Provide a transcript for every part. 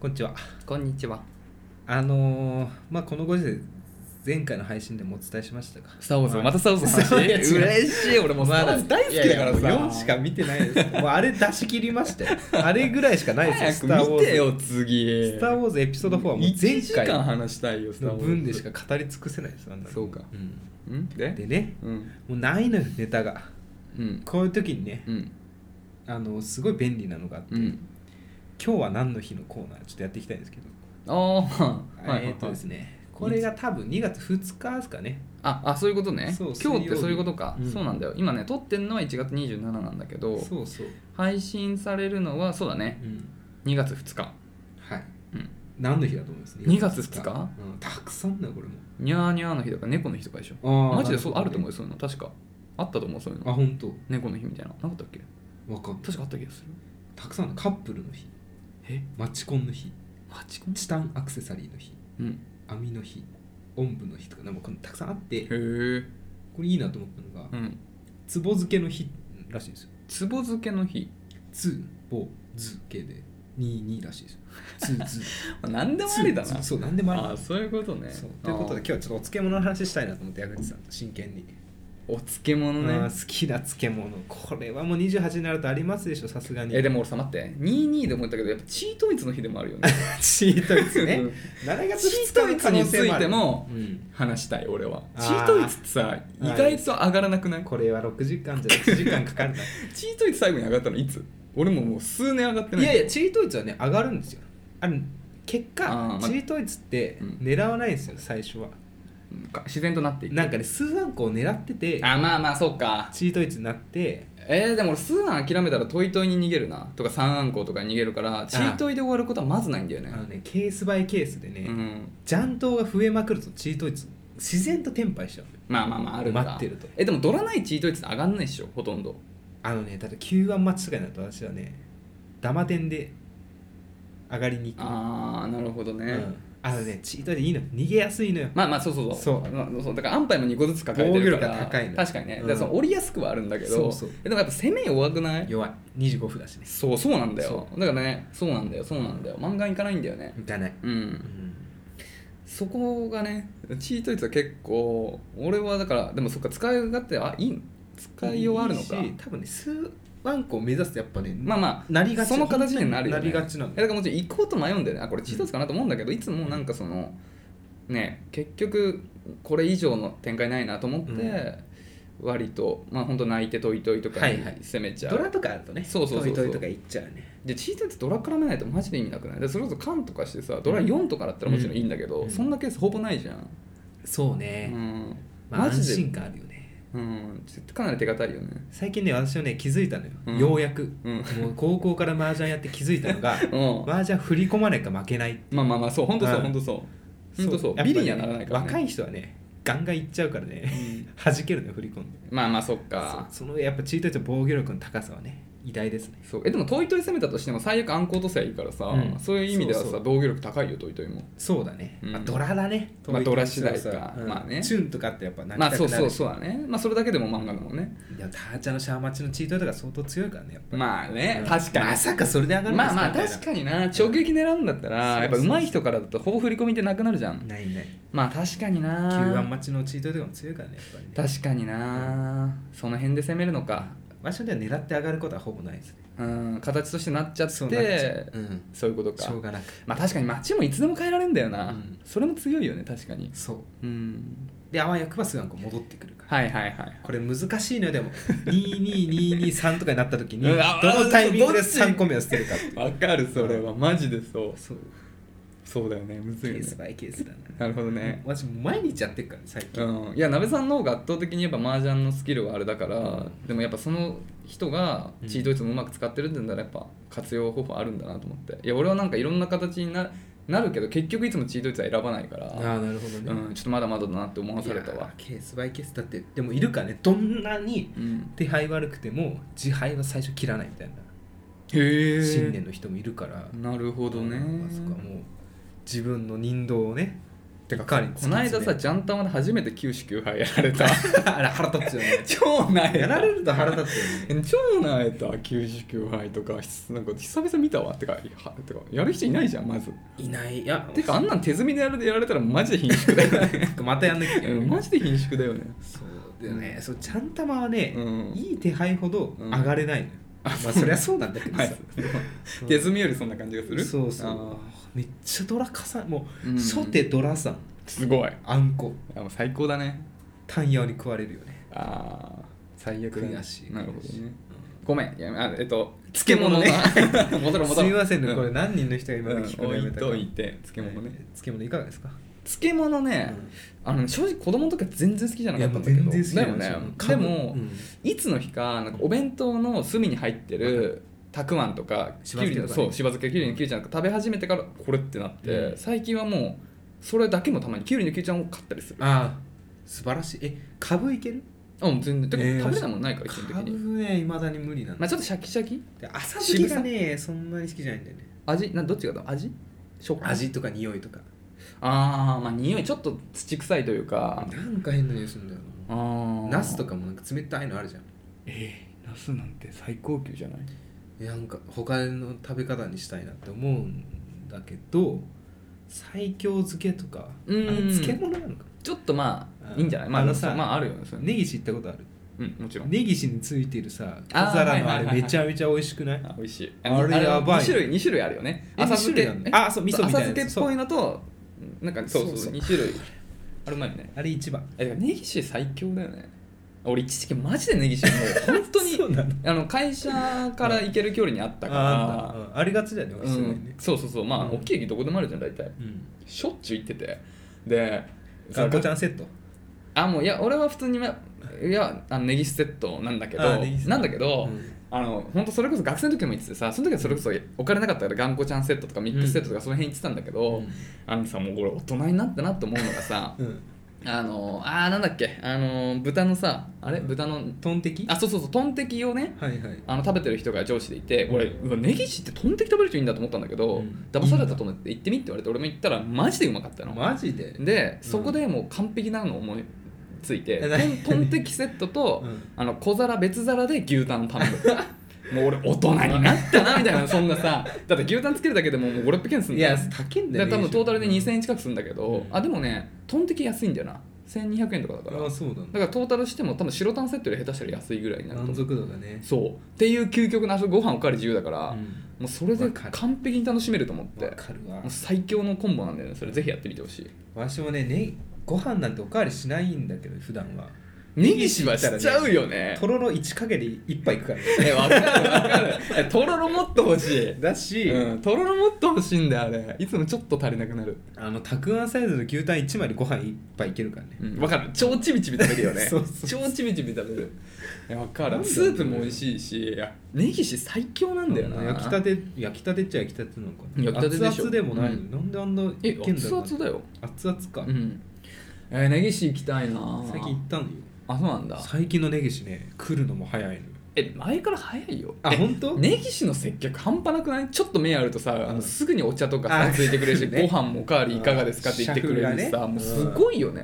こんにちは。こんにちは。あのーまあこのご時世前回の配信でもお伝えしましたか。スター・ウォーズ、はいまたスター・ウォーズのいや違話う嬉 しい、俺もうスター・ウォーズ大好きだからさ。 4しか見てないです。もうあれ出し切りましたよ。あれぐらいしかないですよ。早く見てよ、次。スター・ウォーズ。スター・ウォーズエピソード4はもう1前時間回話したいよ、スター・のウォーズ。分でしか語り尽くせないです。あんなのそうかんうんででね、うん。もうないのよ、ネタが。うん。こういう時にね、うん。あのすごい便利なのがあって、うん。今日は何の日のコーナーちょっとやっていきたいんですけど、ああ、 はい。えーっとですね、これが多分2月2日ですかね。ああそういうことねそう今日っ水曜て日そういうことか、うんそうなんだよ今ね撮ってんのは1月27なんだけどそうそう。配信されるのはそうだねうん2月2日はい。うん何の日だと思います2月2日うん、たくさんだよこれもニャーニャーの日とか猫の日とかでしょあーマジでそうなあるるほどねと思うよそういうの確かあったと思うそういうあの本当猫の日みたいななかったっけわかんない確かあった気がするたくさんのカップルの日えマチコンの日マチコンチタンアクセサリーの日うん網の日おんぶの日とかなんかこのたくさんあってへえこれいいなと思ったのがうんつぼ漬けの日らしいですよつぼ漬けの日つぼ漬けで22らしいですよつ つ何でもあつりだなつそうなんでもありあーそういうことねそうということで今日はちょっとお漬物の話したいなと思って矢口さんと真剣にあーお漬物あねー好きな漬物これはもう28になるとありますでしょさすがに えでも俺さ待って22で思ったけどやっぱチートイツの日でもあるよねチートイツうねん7月2日の可能性もあるチートイツについてもうん話したい俺はあーチートイツってさ意外と上がらなくないこれは6時間じゃ6時間かかるなチートイツ最後に上がったのいつ俺ももう数年上がってないいやいやチートイツはね上がるんですよあの結果あーまチートイツってうん狙わないんですよ最初はなんか自然となっていくなんかねスーアンコを狙っててあまあまあそうかチートイツになってえー、でも俺数案諦めたらトイトイに逃げるなとか三案校とかに逃げるからチートイで終わることはまずないんだよあねのねケースバイケースでうねん雀闘が増えまくるとチートイツ自然と転廃しちゃうのよまあまあまああるか待ってるとえでもドラないチートイって上がんないでしょほとんどあのねだって9番マッチとかになると私はねダマ点で上がりに行くああなるほどね、うんあのねチートイツいいの逃げやすいのよまあまあそうそうそうそうまあそうだから安牌も2個ずつ抱えてるから防御力が高いの確かにね、うんだからその折りやすくはあるんだけどそうそうえでもやっぱ攻め弱くない弱い25分だしねそうそうなんだよそだからねそうなんだよそうなんだよ漫画行かないんだよねいかない、ううんん、そこがねチートイツは結構俺はだからでもそっか使い勝手あいいの使いようあるのかいいし多分ね数万個を目指すとやっぱねまあまあなりがちその形になるよ、ね、なりがちなのえだからもちろん行こうと迷うんだよねあこれチートイツかなと思うんだけどいつもなんかそのね結局これ以上の展開ないなと思って、うん割とまあ本当泣いてトイトイとかにはいはい攻めちゃう、ドラとかあるとねそうそうそうそうトイトイとかいっちゃうねでチートイツドラ絡めないとマジで意味なくないでそれこそ缶とかしてさドラ4とかだったらもちろんいいんだけど、うんそんなケースほぼないじゃん、そううね、ん、まあ、マ安ジで心感あるよねうん、かなり手堅いよね。最近ね私はね気づいたのよ、うんようやく、うんもう高校から麻雀やって気づいたのが うん。麻雀振り込まないか負けないまあまあまあ、そう、本当そうう、ん本当そう。本当そう。やっぱりビねリにはならないから、ね。若い人はねガンガンいっちゃうからね、弾けるのよ振り込んでまあまあ、そっか。そそのやっぱチートイツの防御力の高さはね偉大ですねそうえでも、トイトイ攻めたとしても、最悪暗号とせばいいからさ、うんそういう意味ではさ、そうそう防御力高いよ、トイトイも。そうだね、うんまあ、ドラだねまあドラ次第かうんまあねチューンとかってやっぱ泣きまたくあ、なるそうそううそうだね。まあ、それだけでも漫画だもんね。いやターチャのシャーマチのチートとか相当強いからねやっぱりまあね、うん確かに。まさかそれで上がるんでますあかまあ、確かにな。直撃狙うんだったら、そうそやっうぱそう上手い人からだと、ほぼ振り込みってなくなるじゃん。ないないまあ、確かにな。 9番待ちのチートとかも強いからねやっぱりね確かにな。その辺で攻めるのか。場所では狙って上がることはほぼないですねうん、形としてなっちゃってそそうなっちゃううんういうことしかょうがなくまあ確かに街もいつでも変えられるんだような、んそれも強いよね確かにそううんであわよくばスワンコ戻ってくるからはいはいはいこれ難しいのよで も22223とかになった時にうどわのタイミングでどっち3個目を捨てるかっていうわかるそれはマジでそうそうそうだよねむずケいよーねスバイケースだななるほどね私もう毎日やってるからね最近、うん、いや鍋さんの方が圧倒的にやっぱ麻雀のスキルはあれだから、うんでもやっぱその人がうんチートイツもうまく使ってるってんだらやっぱ活用方法あるんだなと思っていや俺はなんかいろんな形にななるけど結局いつもチートイツは選ばないから、ああなるほどね、うん、ちょっとまだまだだなって思わされたいやわーケースバイケースだってでもいるからねどんなにうん手配悪くても自敗は最初切らないみたいなへえ信念の人もいるからなるほどねまあそこはもう自分の人道をねてか彼にこの間さジャンタマで初めて9死9敗やられた あれ腹立つよね 超なえたやられると腹立つよね超なえた9死9敗とかなんか久々見たわてかいやてかやる人いないじゃんまず いないいやてかあんなん手積みでやられやられたらマジで貧縮 だ よねまたやんなきゃいけないうんマジで貧縮だよねそうだよね、そうちゃんたまはね、うんいい手配ほど上がれないのよ、あまあそりゃそうなんだけどさ、はいそう 手積みよりそんな感じがするそうそあうめっちゃドラかさもう、うん初手ドラさんーすごいあんこあもう最高だね単ヤオに食われるよねああ最悪だね悔しいなるほどねうごめんやめあえっと漬物ね漬物ね 戻ろう戻ろうんすみませんね、うこれ何人の人が今うのん聞くのや置めいたか、といて漬物はいね漬物いかがですか、漬物ね、あの正直子供とか全然好きじゃないかやったもうんだけ全ど然好きだなよんねすでよも、うんいつの日かなんかお弁当の隅に入ってるたくあんとかきしゅばう漬けりとのかねそうしば漬けきゅうりのきゅうりちゃんとか食べ始めてからこれってなって、うん最近はもうそれだけもたまにきゅうりのきゅうりちゃんを買ったりするああ素晴らしいえカブいけるあもう全然てか、えー食べたもんないから基カ本的に、ブねいまだに無理なんだ、まあ、ちょっとシャキシャキで浅漬けがねそんなに好きじゃないんだよね味などっちがだ味食感味とか匂いとかああまあ匂いちょっと土臭いというかなんか変な匂いするんだよあーなナスとかもなんか冷たいのあるじゃんえー、ナスなんて最高級じゃないいやなんか他の食べ方にしたいなって思うんだけど最強漬けとかあうれん漬物なのかちょっとまあうんいいんじゃないまああのさそうまああるよねそれねネギシ行ったことあるうんもちろんネギシについてるさあー小皿のあはれいはいはいはいめちゃめちゃ美味しくないあ美味しいあれやばい2種類二種類あるよねえ浅漬け二種類なんだえあそう味噌みたいなやつ浅漬けっぽいのとなんかそうそうそうそう2種類あれうまいよねあれ一番えだからネギシ最強だよね俺一時期マジでネギシもう本 当そうになのあの会社から行ける距離にあったあかーあーありがちだよねら美う味しいのにんねそうそうそうまあうん大きい駅どこでもあるじゃん大体うんしょっちゅう行っててであごちゃんセットあもういや俺は普通にまいやあのネギスセットなんだけどあネギスなんだけど、うんあの本当それこそ学生の時も言っててさその時はそれこそお金なかったから頑固ちゃんセットとかミックスセットとかその辺言ってたんだけど、うんあのさもうこれ大人になったなって思うの がさうんあのあーなんだっけあの豚のさあれ豚のトンテキあそうそうそうトンテキをねはいはいあの食べてる人が上司でいて俺ううわネギシってトンテキ食べる人いいんだと思ったんだけど、うん騙されたと思って行ってみって言われて俺も行ったらマジでうまかったのマジででうんそこでもう完璧なのを思いついて、えトン何トンテキセットと、うんあの小皿別皿で牛タンを頼 むもう俺大人になったなみたいなそんなさだって牛タンつけるだけでもう5600円するんいだよや高いんだだよからね多分トータルで2000円円近くするんだけど、うんあでもねトンテキ安いんだよな1200円とかだからあだあかそうなんだらトータルしても多分白タンセットより下手したら安いぐらいになると満思う足度がねそうっていう究極の遊びご飯おかわり自由だから、もううそれでわかる完璧に楽しめると思っんてわかるわもう最強のコンボなんだよねそれぜひやってみてほしいわしもねねご飯なんておかわりしないんだけど普段はネギシはしちゃうよねとろろ1かけで1杯いくからえわかるわかるえとろろもっと欲しいだし、うん、とろろもっと欲しいんだよあれいつもちょっと足りなくなるあのたくあんサイズの牛タン1枚でご飯1杯いけるからね、わ、かる超ちびちび食べるよ ねそうそう超ちびちび食べるいやわかなんだろうるねスープも美味しいしいやネギシ最強なんだよな焼きたて焼きたてっちゃ焼きたてなのか焼きたてでしょ熱々でもないのに、なんであんなえいけんだ熱ろうな々だよ熱々か、うんえー、ネギシ行きたいな最近行ったのよあそうなんだ最近のネギシね来るのも早いのよえ前から早いよあえ本当ネギシの接客半端なくないちょっと目あるとさ、あのすぐにお茶とかさあついてくれるし、ねご飯もおかわりいかがですかって言ってくれるしさ、うんもうすごいよね、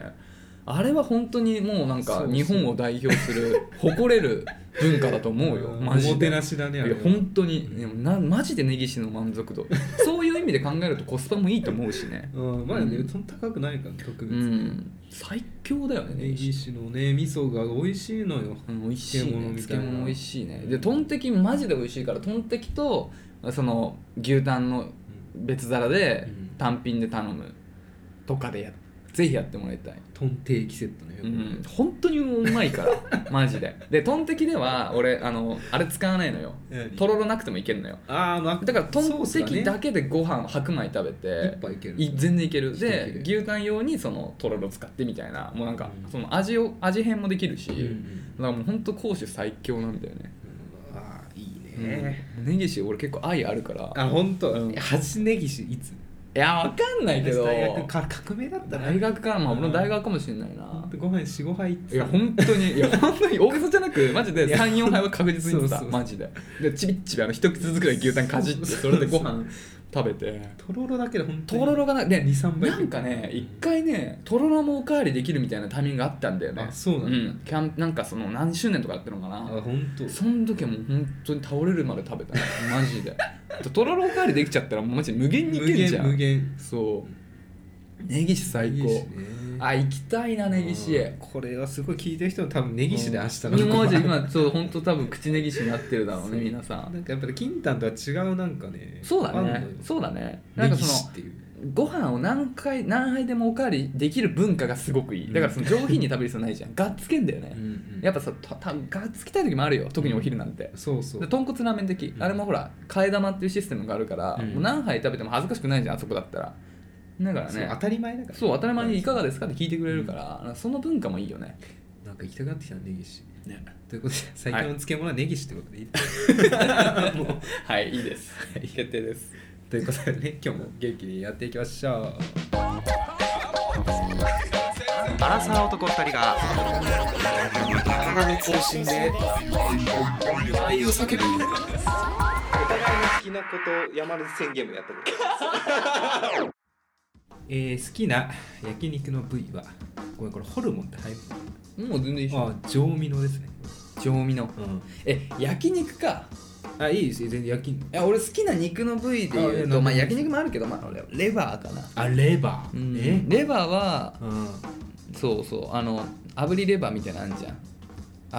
あれは本当にもうなんそうかそう日本を代表する誇れる文化だと思うよんマジおもでてなしだいねあやれは本当にでもなマジでネギシの満足度そういう意味で考えるとコスパもいいと思うしねうんまあね、うんそんな高くないから特別、うん最強だよねネネギシギシのね味噌が美味しいのようん美味しいね漬物みた漬いな物美味しいねでトンテキマジで美味しいからトンテキとその牛タンの別皿でうん単品で頼むとかでやぜひやってもらいたい、トンテーキセットね、うん、本当にうまいから マジででトンテキでは俺あのあれ使わないのよ何とろろなくてもいけるのよああまあだからトンテキだけけでご飯白米食べ一て杯いけるい全然いけるいでける牛タン用にそのとろろ使ってみたいなもうなんかうんその味を味変もできるし、うんうんだからもうほんと攻守最強なんだよね、うわーいいね、うん、ネギシ俺結構愛あるからあ本当、うん初ネギシいついやわかんないけど大学か革命だったな大学かなまあ俺の大学かもしれないほなんとご飯45杯いっていや本当にいや本当に大げさじゃなくマジでいや34杯は確実にいってたそうそうマジででちびっちびあの一口ずつくらい牛タンかじってそれでご飯食べてとろろだけで本当とろろがなで二三倍なんかね一回ねとろろもおかわりできるみたいなタイミングがあったんだよねあそうなんだん、キャンなんかその何周年とかやってるのかあな本当その時はもう本当に倒れるまで食べたマジ でとろろおかわりできちゃったらもうマジで無限にい無けるじ限ゃ無ん限そうネギシ最いい高しねあ行きたいなネギシうんこれはすごい聞いてる人は多分根岸で明日のうんマジ今そう本当多分口ネギシになってるだろうね皆さんなんかやっぱり金丹とは違うなんかねそうだねうそうだねなん根かそ岸のっていうご飯を何回何杯でもおかわりできる文化がすごくいいだからその上品に食べる必要ない じゃんがっつけんだよね、やっぱさたたがっつきたい時もあるよ特にお昼なんて、そうそうで豚骨ラーメン的、うんあれもほら替え玉っていうシステムがあるから、うんもう何杯食べても恥ずかしくないじゃんあそこだったらだからそうね当たり前だからそう当たり前にいかがですかって聞いてくれるから、その文化もいいよねなんか行きたくなってきたね根岸ねということで最近の漬物は根岸ってことでいい、もう はいいいです決定ですということでね 今日も元気にやっていきましょうアラサー男2人が高波通信で愛を叫ぶお互いの好きなことを山根宣言もやったこと えー、好きな焼肉の部位はごめんこれホルモンって入るもう全然いいああ上身のですね、調味のうん、え焼肉かあいいですよ全然焼きいや俺好きな肉の部位であい言やなうんとかまあ焼肉もあるけどまあ俺はレバーかなあレバー、うんえレバーはうんそうそうあの炙りレバーみたいなのあんじゃん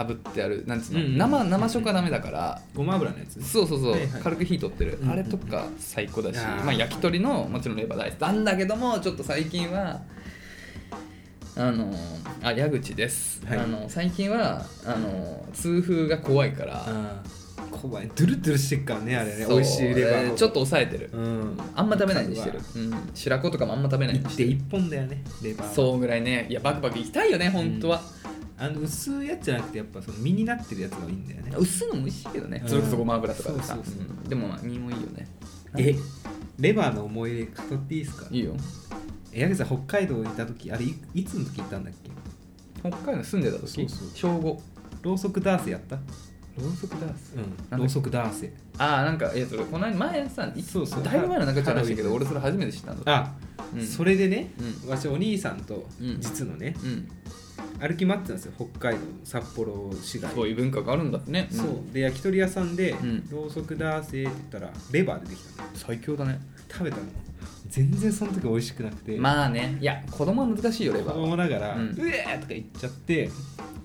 炙ってあるなんつうの、うんうん生生食はダメだから、ごま油のやつねそうそうそう、はいはい軽く火取ってる、うんうんあれとか最高だし、あーまあ、焼き鳥のもちろんレバー大好きなんだけどもちょっと最近はあのあ矢口です、はいあの最近はあの痛風が怖いから、あー怖いドゥルドゥルしてっからねあれねそう美味しいレバーえのーちょっと抑えてる、うんあんま食べないようにしてる、うん、白子とかもあんま食べないようにし一手てる一本だよねレバーはそうぐらいねいやバクバクいきたいよね本当は、あの薄いやつじゃなくてやっぱその身になってるやつがいいんだよね薄いのも美味しいけどね、うんそれこそごま油とかでさそうそうそううんでもまあ身もいいよねえレバーの思い出語っていいですかいいよえ矢口さん北海道にいた時あれいいつの時行ったんだっけ北海道住んでた時そうそう小5ろうそくダースやったろうそくダンスうんろうそくダースああなんかえっとこの間前さいそうそうだいぶ前の中ちゃ話したけハロウィどン俺それ初めて知ったんだあ、うんそれでね、うわしお兄さんとうん実のね、うん歩き回ってたんですよ北海道札幌市街こういう文化があるんだってねそんうで焼き鳥屋さんで、んろうそくだーせーって言ったらレバー出てきたの最強だね食べたの全然その時美味しくなくて、まあねいや子供は難しいよレ子バーは供ながら「ううんえー!」とか言っちゃって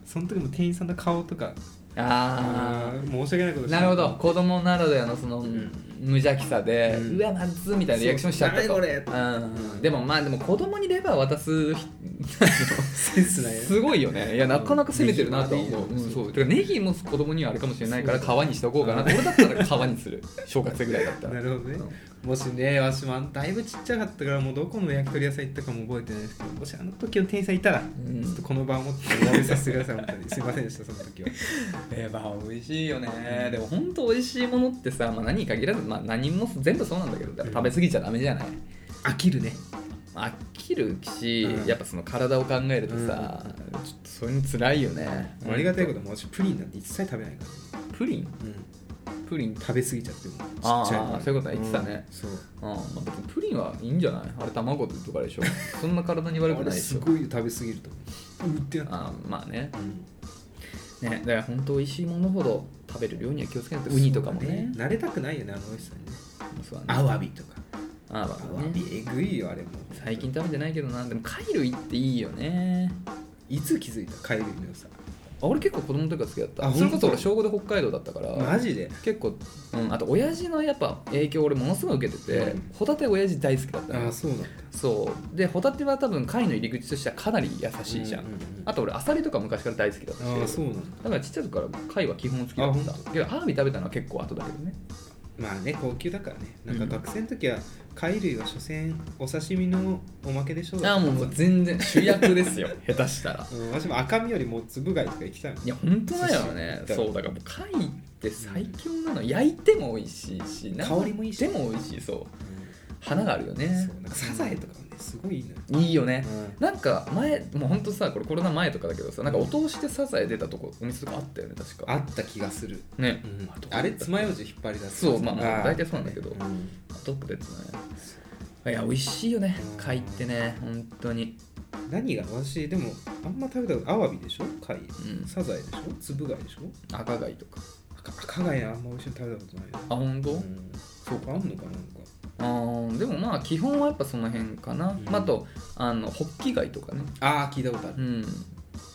その時も店員さんの顔とかあー申し訳ないことあしなたるほど子供ならではのその無邪気さで、ううんわまずっみたいなリアクションしちゃったとそうダメこうん、でもまあでも子供にレバー渡す人センスないよすごいよねいやなかなか攻めてるなとは思う、ネギうん、そうてかネギも子供にはあるかもしれないからそうそ皮にしておこうかなって俺だったら皮にする小学生ぐらいだったらなるほどね、もしねわしもあのだいぶちっちゃかったからもうどこの焼き鳥屋さん行ったかも覚えてないですけどもしあの時の店員さんいたら、んちょっとこの場を持ってお詫びさせてください本当にすいませんでしたその時はレバー美味しいよねでも本当美味しいものってさ、まあ、何に限らず、まあ、何も全部そうなんだけど食べ過ぎちゃダメじゃない飽きるね飽きるし、うんやっぱその体を考えるとさ、ちょっとそれに辛いよね、ありがたいことも私プリンなんて一切食べないから、プリンうん、プリン食べ過ぎちゃってもちっちゃいあー頃そういうことね言ってたねうんそううんまあ、別にプリンはいいんじゃないあれ卵とか でしょそんな体に悪くあなれいでしすょごい食べ過ぎるとうってなったあーまあねうんねだから本当美味しいものほど食べる量には気をつけないとウニとかもねそうだ慣れたくないよねあの美味しさにねそうだねアワビとかあわアワビえぐいよあれも最近食べてないけどなでも貝類っていいよねいつ気づいた貝類の良さあ俺結構子供の時から好きだったあそれこそ本当俺小5で北海道だったからマジで結構、うん、あと親父のやっぱ影響俺ものすごい受けてて、うんホタテ親父大好きだったのああそうなんだそうでホタテは多分貝の入り口としてはかなり優しいじゃん,、うんうんうんあと俺アサリとか昔から大好きだったしああそうなんだだからちっちゃい時から貝は基本好きだっあ本たけどアワビ食べたのは結構後だけどねまあね高級だからねなんか学生の時は貝類は所詮お刺身のおまけでしょああもうもう全然主役ですよ下手したらうん私も赤身よりも粒貝とか行きたいもんいや本当だよね寿司そうだからもう貝って最強なの焼いても美味しいしなんか香りもいいしでも美味しいそう花があるようんねそうなんかサザエとかもねすごいいいのよいいよね、うなんか前もうほんとさこれコロナ前とかだけどさなんかお通しでサザエ出たとこお店とかあったよね確かあった気がするね、うんどこだったあれ爪楊枝引っ張り出すそうまあまあー大体そうなんだけどうんあトックでねいや美味しいよね貝ってね本当に何が私でもあんま食べたことアワビでしょ貝、うんサザエでしょ粒貝でしょ赤貝とか赤赤貝あんま美味しいの食べたことないよあ本当、うんそうかあんのかなんかあーでもまあ基本はやっぱその辺かな、うんまああとあのホッキ貝とかねああ聞いたことあうるん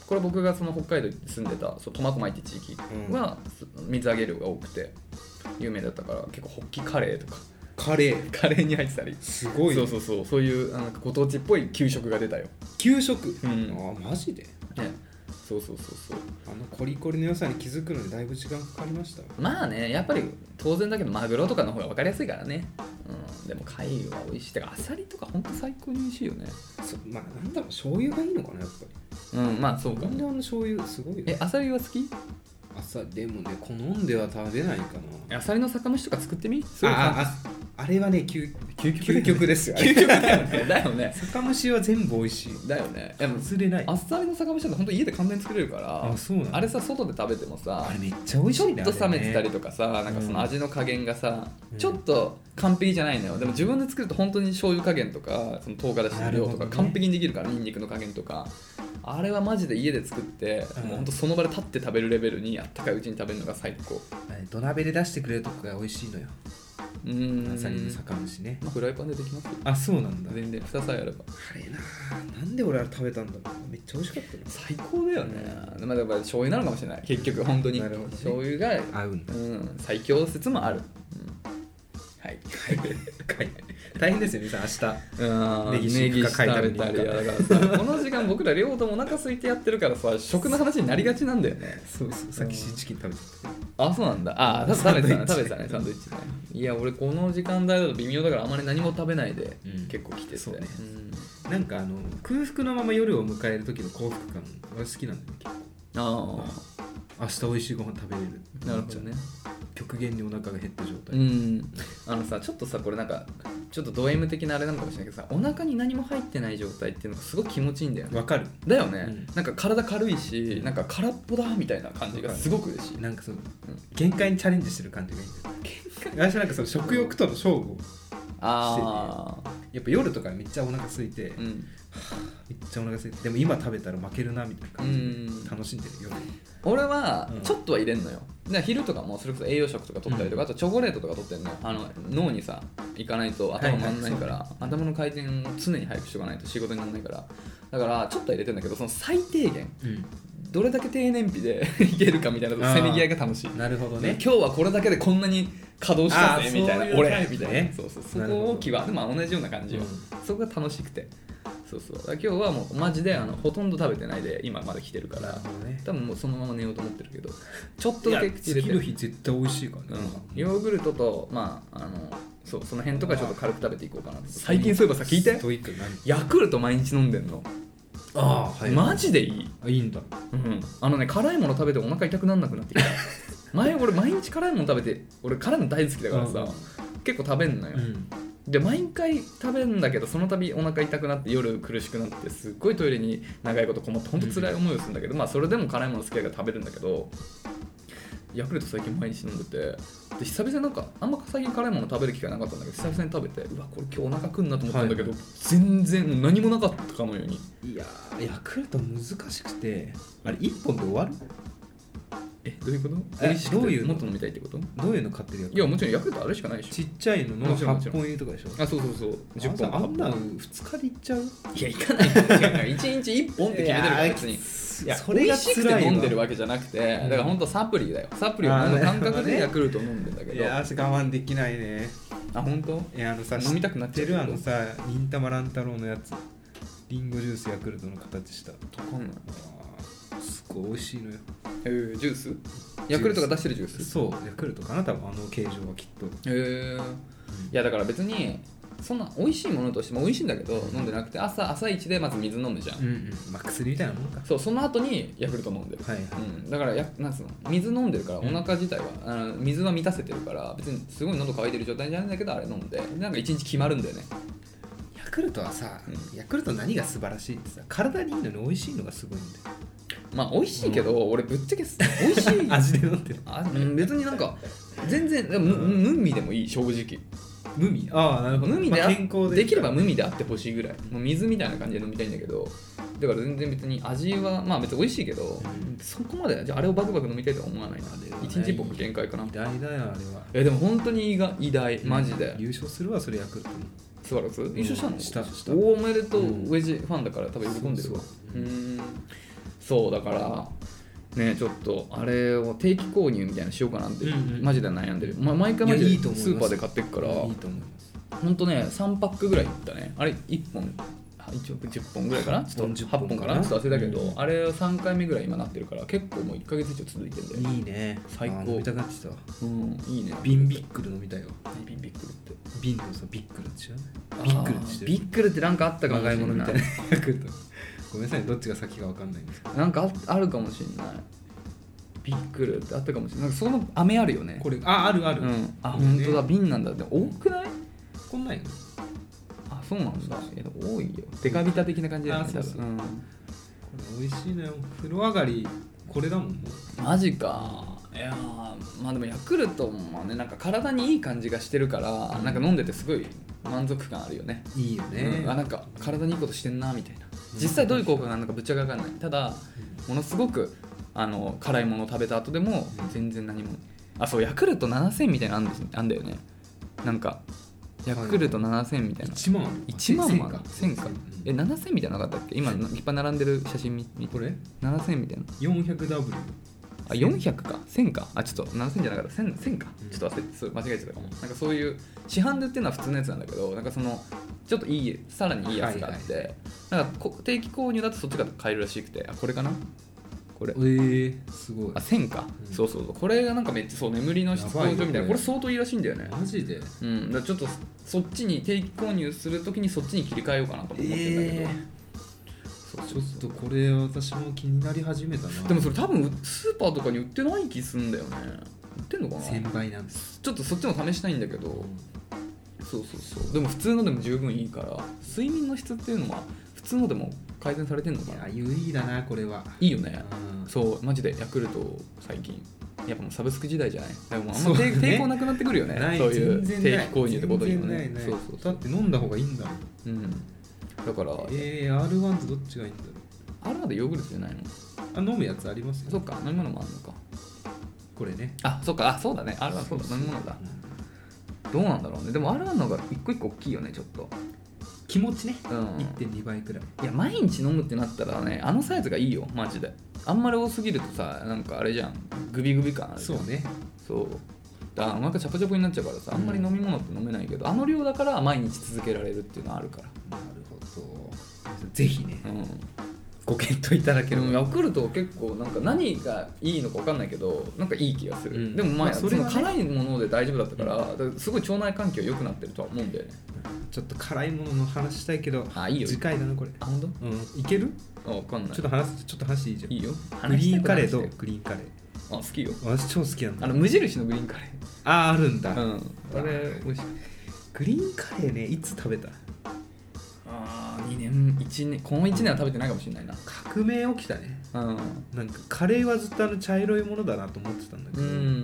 これ僕がその北海道に住んでたそう苫小牧って地域はす水揚げ量が多くて有名だったから結構ホッキカレーとか カレーカレーに入ってたりすごいそうねそうそうそういうあのご当地っぽい給食が出たよ、給食うあんね、あマジでそうそうそうそうあのコリコリの良さに気づくのにだいぶ時間かかりましたわまあねやっぱり当然だけどマグロとかの方が分かりやすいからね、うん、でも貝は美味しいてかアサリとかほんと最高に美味しいよねそまあなんだろう醤油がいいのかなやっぱりうんまあそうかなんであの醤油すごいよえアサリは好き朝でもね好んでは食べないかなアサリの酒蒸しとか作ってみすごい簡単ああああれはね究究極だ究よね極ですよあれ究極だよねだよね酒蒸しは全部美味しいだよねでも外れないアサリの酒蒸しだと本当家で簡単に作れるからあそうなんだあれさ外で食べてもさあれめっちゃ美味ちしいょっねと冷めてたりかとかさ、なんかその味の加減がさ、うんちょっと完璧じゃないのよでも自分で作ると本当に醤油加減とかその唐辛子の量となるほどかね完璧にできるから、ニンニクの加減とかあれはマジで家で作って、うんもう本当その場で立って食べるレベルにあったかいうちに食べるのが最高土鍋で出してくれるとこが美味しいのようーんアサリの酒蒸しねまあフライパンでできますよあそうなんだ全然蓋さえあればあれなあなんで俺あれ食べたんだろうめっちゃ美味しかった最高だよね、まあだから醤油なのかもしれない結局本当に、なるほどね醤油がな合うんだうん最強説もある、うん、はいはい大変ですよねさ明日うんネギシンクか書いてあるのかネギシンクか書いてあるからさこの時間僕ら両方ともお腹空いてやってるからさ食の話になりがちなんだよねそうそうさっきシーチキン食べちゃっあそうなんだああ食べてたね サンド食イッチべてたねサンドイッチねいや俺この時間帯だと微妙だからあまり何も食べないで、うん結構来ててそうねんたなんかあの空腹のまま夜を迎える時の幸福感俺好きなんだよ結構あ明日美味しいご飯食べれるあなるほどね極限にお腹が減った状態、うんあのさちょっとさこれなんかちょっとド M 的なあれなのかもしれないけどさお腹に何も入ってない状態っていうのがすごく気持ちいいんだよねわかるだよね、うんなんか体軽いしなんか空っぽだみたいな感じがすごく嬉しいなんかその、限界にチャレンジしてる感じがいいんだよ私なんかその食欲との勝負をああやっぱ夜とかめっちゃお腹空いて、うめっん、ちゃお腹空いてでも今食べたら負けるなみたいな感じで、うん楽しんでる夜俺はうんちょっとは入れんのよ、で昼とかもそれこそ栄養食とか取ったりとか、あとチョコレートとか取ってんのよあの脳にさ行かないと頭回んないから、はいはいそう頭の回転を常に早くしとかないと仕事にならないからだからちょっとは入れてんだけどその最低限どれだけ低燃費で いけるかみたいなとこせめぎ合いが楽しい、なるほどね、今日はこれだけでこんなに稼働したあぜーみたいなそういうタ俺イプみねたいなそうそうそなるほどこをきはでも同じような感じよ、うんそこが楽しくてそうそうだから今日はもうマジであのほとんど食べてないで今まで来てるかならるほどね多分もうそのまま寝ようと思ってるけどちょっといだやけ口入れて次の日絶対美味しいからうね、ん、ヨーグルトとまああのそうその辺とかちょっと軽く食べていこうかなと最近そういえばさ聞いてストイックなヤクルト毎日飲んでんの、ああはいマジでいい、あいいんだうん、あのね辛いもの食べてお腹痛くなんなくなっ てきた前俺毎日辛いもの食べて俺辛いの大好きだからさ、結構食べんのよ、うんで毎回食べるんだけどその度お腹痛くなって夜苦しくなってすっごいトイレに長いことこもって本当辛い思いをするんだけど、まあそれでも辛いもの好きだから食べるんだけどヤクルト最近毎日飲んでてで久々になんかあんま最近辛いもの食べる機会なかったんだけど久々に食べてうわこれ今日お腹くんなと思ったんだけど、は全然何もなかったかのようにいやーヤクルト難しくてあれ1本で終わるえどういうことえ美味しくてどういうのもっと飲みたいってこといどういうの買ってるやつやもちろんヤクルトあれしかないでしちっちゃいののもちろんもち8ろん本入りとかでしょょあそうそうそう10本あんな8の本2日でいっちゃういや行かないかもしれない1日1本って決めてるから別にいやそれが美味しく辛いてわ飲んでるわけじゃなくてだから本当サプリだよサプリを飲む感覚あーでねヤクルト飲んでんだけいどやあー我慢できないね本当いやあのさ飲みたくなっちゃう知てるあのさ忍たま乱太郎のやつリンゴジュースヤクルトの形した分かんないあーすごい美味しいのよえージュースヤクルトが出してるジュースそうヤクルトかな多分あの形状はきっとへえーいやだから別にそんな美味しいものとしても美味しいんだけど飲んでなくて朝朝一でまず水飲むじゃん、んうんまあ薬みたいなもんかそうその後にヤクルト飲んでる、はいはいうん、だからやなんつうの水飲んでるからおうん腹自体は、あの水は満たせてるから別にすごい喉乾いてる状態じゃないんだけどあれ飲んでなんか一日決まるんだよねヤクルトはさうヤクルト何が素晴らしいってさ体にいいのに美味しいのがすごいんだよまあ美味しいけど、俺ぶっちゃけす美味しい 味で飲んでるあうん別になんか全然でもむ無味でもいい正直無味ああなるほど無味で,、まあ、健康でできれば無味であってほしいぐらいもう水みたいな感じで飲みたいんだけどだから全然別に味はまあ別に美味しいけど、んそこまでじゃああれをバクバク飲みたいとは思わないな一日僕限界かな偉大だよあれはえでも本当に意外偉大マジで、優勝するわそれヤクルトスワローズ優勝したのしたしたおおめでとう、うんウェジファンだから多分喜んでるわそううそうんそうだからねちょっとあれを定期購入みたいなのしようかなって、うんうんマジで悩んでる、ま、毎回マジいでやいいいと思いまスすーパーで買ってくからいいと思いますほんとね3パックぐらいいったねあれ1本あ1億10本ぐらいかなちょっと40 8本かなかなちょっと忘れたけど、うんあれ3回目ぐらい今なってるから結構もう1ヶ月以上続いてんだよ、いいね最高あー飲みたくなってきたわうん、いいね瓶ビックル飲みたいわビンビックルって瓶のさビックルって知らないビックルって知ってるビックルってなんかあったか買い物みたいなヤクルトごめんなさいどっちが先か分かんないんですけどなんかああるかもしんないビックルってあったかもしんないなんかその飴あるよねこれああるある、うん、あ本当だね瓶なんだって多くないこんなんよあそうなんだえ多いよデカビタ的な感じだよねあそうそう多分これ美味しいのよ風呂上がりこれだもんもううんマジかいやーまあでもヤクルトもねなんか体にいい感じがしてるから、なんか飲んでてすごい満足感あるよねいいよね、うんあなんか体にいいことしてんなみたいな実際どういう効果があるのかぶっちゃけ分かんないただものすごくあの辛いものを食べた後でもうん全然何もあそうヤクルト7000みたいなのあんですあんだよねなんかヤクルト7000みたいな1万ある1万もある千1000かえ7000みたいなのなかったっけ今立派並んでる写真見見これ7000みたいな 400W あ400か1000かあちょっと7000じゃなかった 1000, 1000かうんちょっと忘れてそう間違えてたかもなんかそういう市販で売ってるのは普通のやつなんだけどなんかそのちょっといいさらにいいやつがあって、はいなんかこ定期購入だとそっちが買えるらしくてあこれかなこれえー、すごいあ1000か、うんそうそうそうこれがなんかめっちゃそう眠りの質向上みたいなやばいよこれこれ相当いいらしいんだよねマジでうんだからちょっとそっちに定期購入するときにそっちに切り替えようかなと思ってんだけど、そうちそょうっそとうこれ私も気になり始めたなでもそれ多分スーパーとかに売ってない気すんだよね売ってんのかな先輩なんですちょっとそっちも試したいんだけどそうそうそうでも普通のでも十分いいから睡眠の質っていうのは普通のでも改善されてんのいかなやい有意義だなこれはいよねうんそうマジでヤクルト最近やっぱもうサブスク時代じゃないでもうあんそまう抵,、ね抵抗なくなってくるよねないそういう全定期然ない購入ってことにもね全然ないないそうそうそだうって飲んだ方がいいんだもんうんだから、えー、R1 とどっちがいいんだろあるまでヨーグルトじゃないのうあ飲むやつありますよそっか飲み物もあるのかこれねあそっかあそうだねあるまそうだ飲み物だどうなんだろうねでもあるまの方が一個一個大きいよねちょっと気持ちねうん1.2倍くらいいや毎日飲むってなったらねあのサイズがいいよマジであんまり多すぎるとさなんかあれじゃんグビグビ感あるじそゃんうねそうだからお腹チャポチャポになっちゃうからさあんまり飲み物って飲めないけど、あの量だから毎日続けられるっていうのはあるからなるほどぜひねうんご検討いただけでればもヤクルトは結構なんか何がいいのか分かんないけどなんかいい気がする、うんでも前、まあそれはねその辛いもので大丈夫だったからだからすごい腸内環境良くなってるとは思うんだよねちょっと辛いものの話したいけどあいいよ次回だなこれあ本当？うんいけるあ分かんないちょっと話すちょっと話いいじゃんいいよグリーンカレーと話したくなってきグリーンカレーたよあ好きよ私超好きなんだあの無印のグリーンカレあーあるんだ、ーうんあれ美味しいグリーンカレーねいつ食べたああ2年1年この1年は食べてないかもしれないな革命起きたねうんなんかカレーはずっとあの茶色いものだなと思ってたんだけうど、ん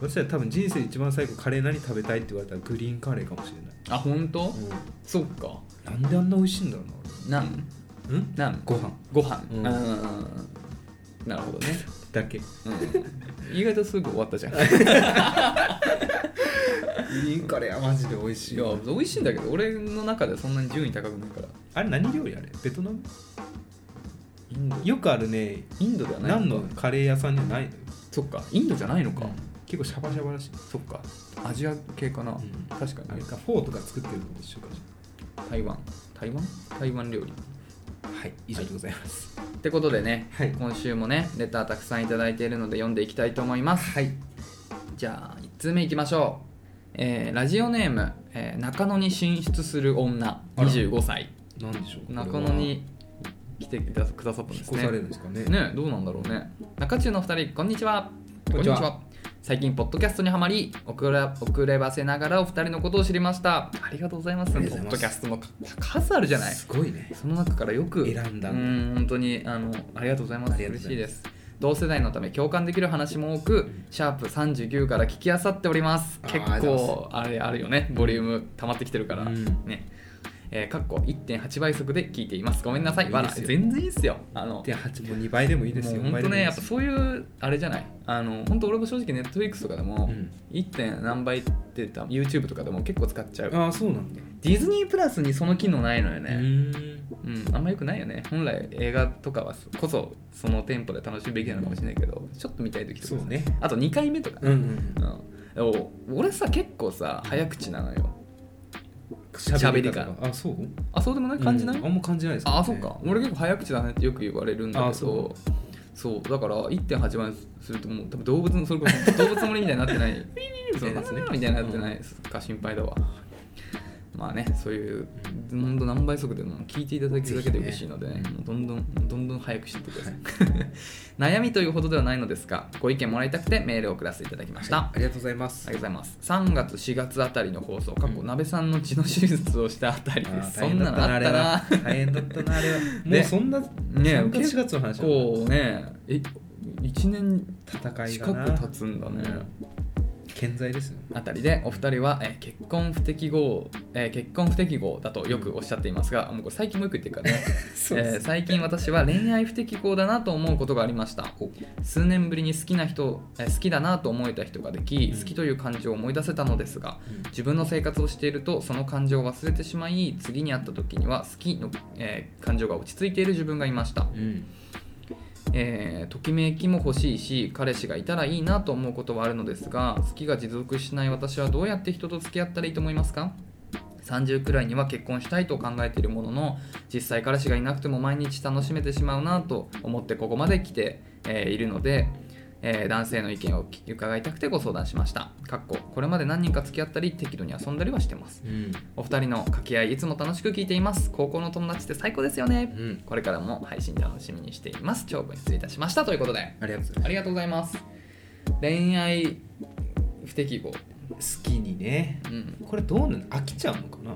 私は多分人生で一番最後カレー何食べたいって言われたらグリーンカレーかもしれあ本当、ない、そっかなんであんな美味しいんだろなんうな俺うんなんご飯ご飯ううんんなるほどね、だけうん、意外とすぐ終わったじゃんいグリーンカレーはマジで美味しいやよ美味しいんだけど俺の中でそんなに順位高くないからあれ何料理あれベトナムインドよくあるねインドではない何のカレー屋さんじゃないのよそっかインドじゃないのか、結構シャバシャバらしい、そっかアジア系かな、ん確かあれにかフォーとか作ってるのも一緒かじ台湾台湾台湾料理ゃんはい以上でございますってことでね、はい今週もねレターたくさんいただいているので読んでいきたいと思います、はいじゃあ1通目いきましょう、えーラジオネーム、えー中野に進出する女あら25歳何でしょう中野に来てくだくださったんで引っす越されるねんですかねねどうなんだろうね中中の2人こんにちはこんにちは最近ポッドキャストにはまり遅れ遅ればせながらお二人のことを知りましたありがとうございますあポりがとうッごドざキいャまストも数あるじゃないすごいねその中からよく選んだんだうん本当にあのありがとうございますありがとうござい嬉ますしいです同世代のため共感できる話も多くシャープ39から聞きあさっておりますあー結ありがとうござい構あれあるよねボリューム溜まってきてるから、うんねえー、かっこ1.8倍速で聞いていますごめんなさいいいわでらすよ全然いいっすよあので8もう2倍でもいいですよもう本当倍ねでやもいいっでぱすそういうあれじゃないあの本当俺も正直ネットフリックスとかでも、うん 1. 点何倍ってた YouTube とかでも結構使っちゃうああそうなんだディズニープラスにその機能ないのようねーんうん、あんまよくないよね本来映画とかはそこそそのテンポで楽しむべきなのかもしれないけどちょっと見たい時とかさそうねあと2回目とかうね、んうんうんでも俺さ結構さ早口なのよ喋り喋方りあそうあそうでもない感じない、うんあんま感じないですもんねああそっか俺結構早口だねってよく言われるんだあけそどそうだから1.8倍するともう多分動物のそれこそ動物の森みたいになってない ウィーウィーウィーみたいなやつねみたいになってないか心配だわまあねそういうほんと何倍速でも聞いていただけるだけで嬉しいのでねぜひねもうどんどんどんどん早く知ってください 悩みというほどではないのですがご意見もらいたくてメールを送らせていただきました、ありがとうございますありがとうございます3月4月あたりの放送過去鍋さんの血の手術をしたあたりあですーそ大ん変だなっのたなああっれた はな大変だったなあれはもねうそんなね3月4月の話だもんこうねえ1年戦い近がくな経つんだね健在ですよあたりでお二人は、えー結婚不適合、えー結婚不適合だとよくおっしゃっていますがもうこれ最近もよく言ってるからね、 そうえでーす最近私は恋愛不適合だなと思うことがありました数年ぶりに好きな人、えー好きだなと思えた人ができうん好きという感情を思い出せたのですがうん自分の生活をしているとその感情を忘れてしまい次に会った時には好きの、えー感情が落ち着いている自分がいましたうんえーときめきも欲しいし彼氏がいたらいいなと思うことはあるのですが好きが持続しない私はどうやって人と付き合ったらいいと思いますか30くらいには結婚したいと考えているものの実際彼氏がいなくても毎日楽しめてしまうなと思ってここまで来て、えーいるので、えー男性の意見を聞き伺いたくてご相談しましたかっここれまで何人か付き合ったり適度に遊んだりはしてますうんお二人の掛け合いいつも楽しく聞いています高校の友達って最高ですよねうんこれからも配信楽しみにしています。長文失礼いたしましたということで、ありがとうございありがとうございます。恋愛不適合。ます好きにねうん。これどうなん飽きちゃうのかな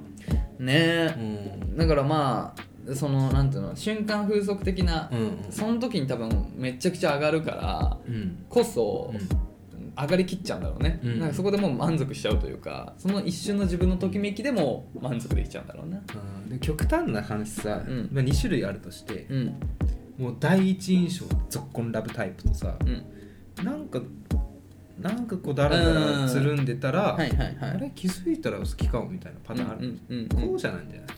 ねえ、んだからまあ、その、なんていうの、瞬間風速的な、うんその時に多分めちゃくちゃ上がるから、うんこそ、うん上がりきっちゃうんだろうね、うんなんかそこでもう満足しちゃうというかその一瞬の自分のときめきでも満足できちゃうんだろうなあーで極端な話さ、うんまあ、2種類あるとしてう、んもう第一印象ぞっこんラブタイプとさうんなんかなんかこうだらだらつるんでたら、はいはいはいあれ気づいたら好きかもみたいなパターンある、うんうんうんうんこうじゃないんじゃない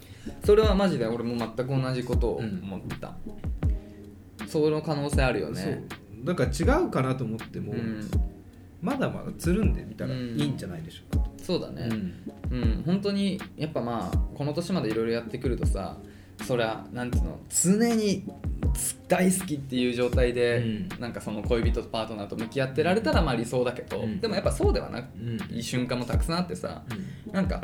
それはマジで俺も全く同じことを思った、その可能性あるよねそうだから違うかなと思っても、ん、まだまだつるんでみたらいいんじゃないでしょうかと、そうだうねんうん、本当にやっぱまあこの年までいろいろやってくるとさそりゃなんていうの常につ大好きっていう状態で、うんなんかその恋人とパートナーと向き合ってられたらまあ理想だけど、うんでもやっぱそうではなうんうんい瞬間もたくさんあってさなんか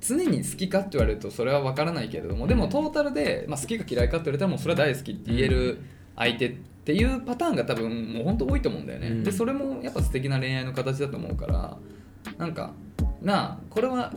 常に好きかって言われるとそれは分からないけれどもでもトータルで、まあ、好きか嫌いかって言われたらもうそれは大好きって言える相手っていうパターンが多分もう本当多いと思うんだよね、うんでそれもやっぱ素敵な恋愛の形だと思うからなんかなあこれは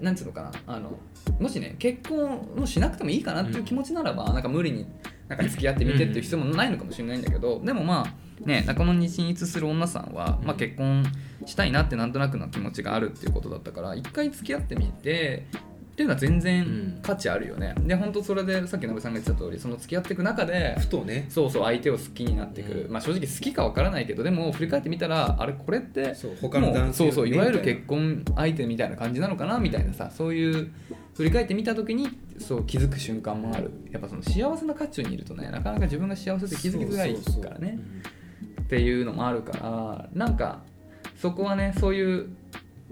なんつうのかなあのもしね結婚もしなくてもいいかなっていう気持ちならば、なんか無理になんか付き合ってみてっていう必要もないのかもしれないんだけどでもまあね仲間に進出する女さんは、まあ、結婚したいなってなんとなくな気持ちがあるっていうことだったから一回付き合ってみてっていうのは全うん然価値あるよね、で本当それでさっきのぶさんが言ってた通りその付き合っていく中でふとねそうそう相手を好きになってくる、うんまあ正直好きかわからないけどでも振り返ってみたらあれこれってそう他の男性もうそうそういわゆる結婚婚相手みたいな感じなのかなみたいなさそういう振り返ってみた時にそう気づく瞬間もあるやっぱその幸せな渦中にいるとねなかなか自分が幸せって気づきづらいからねっていうのもあるからなんかそこはねそういう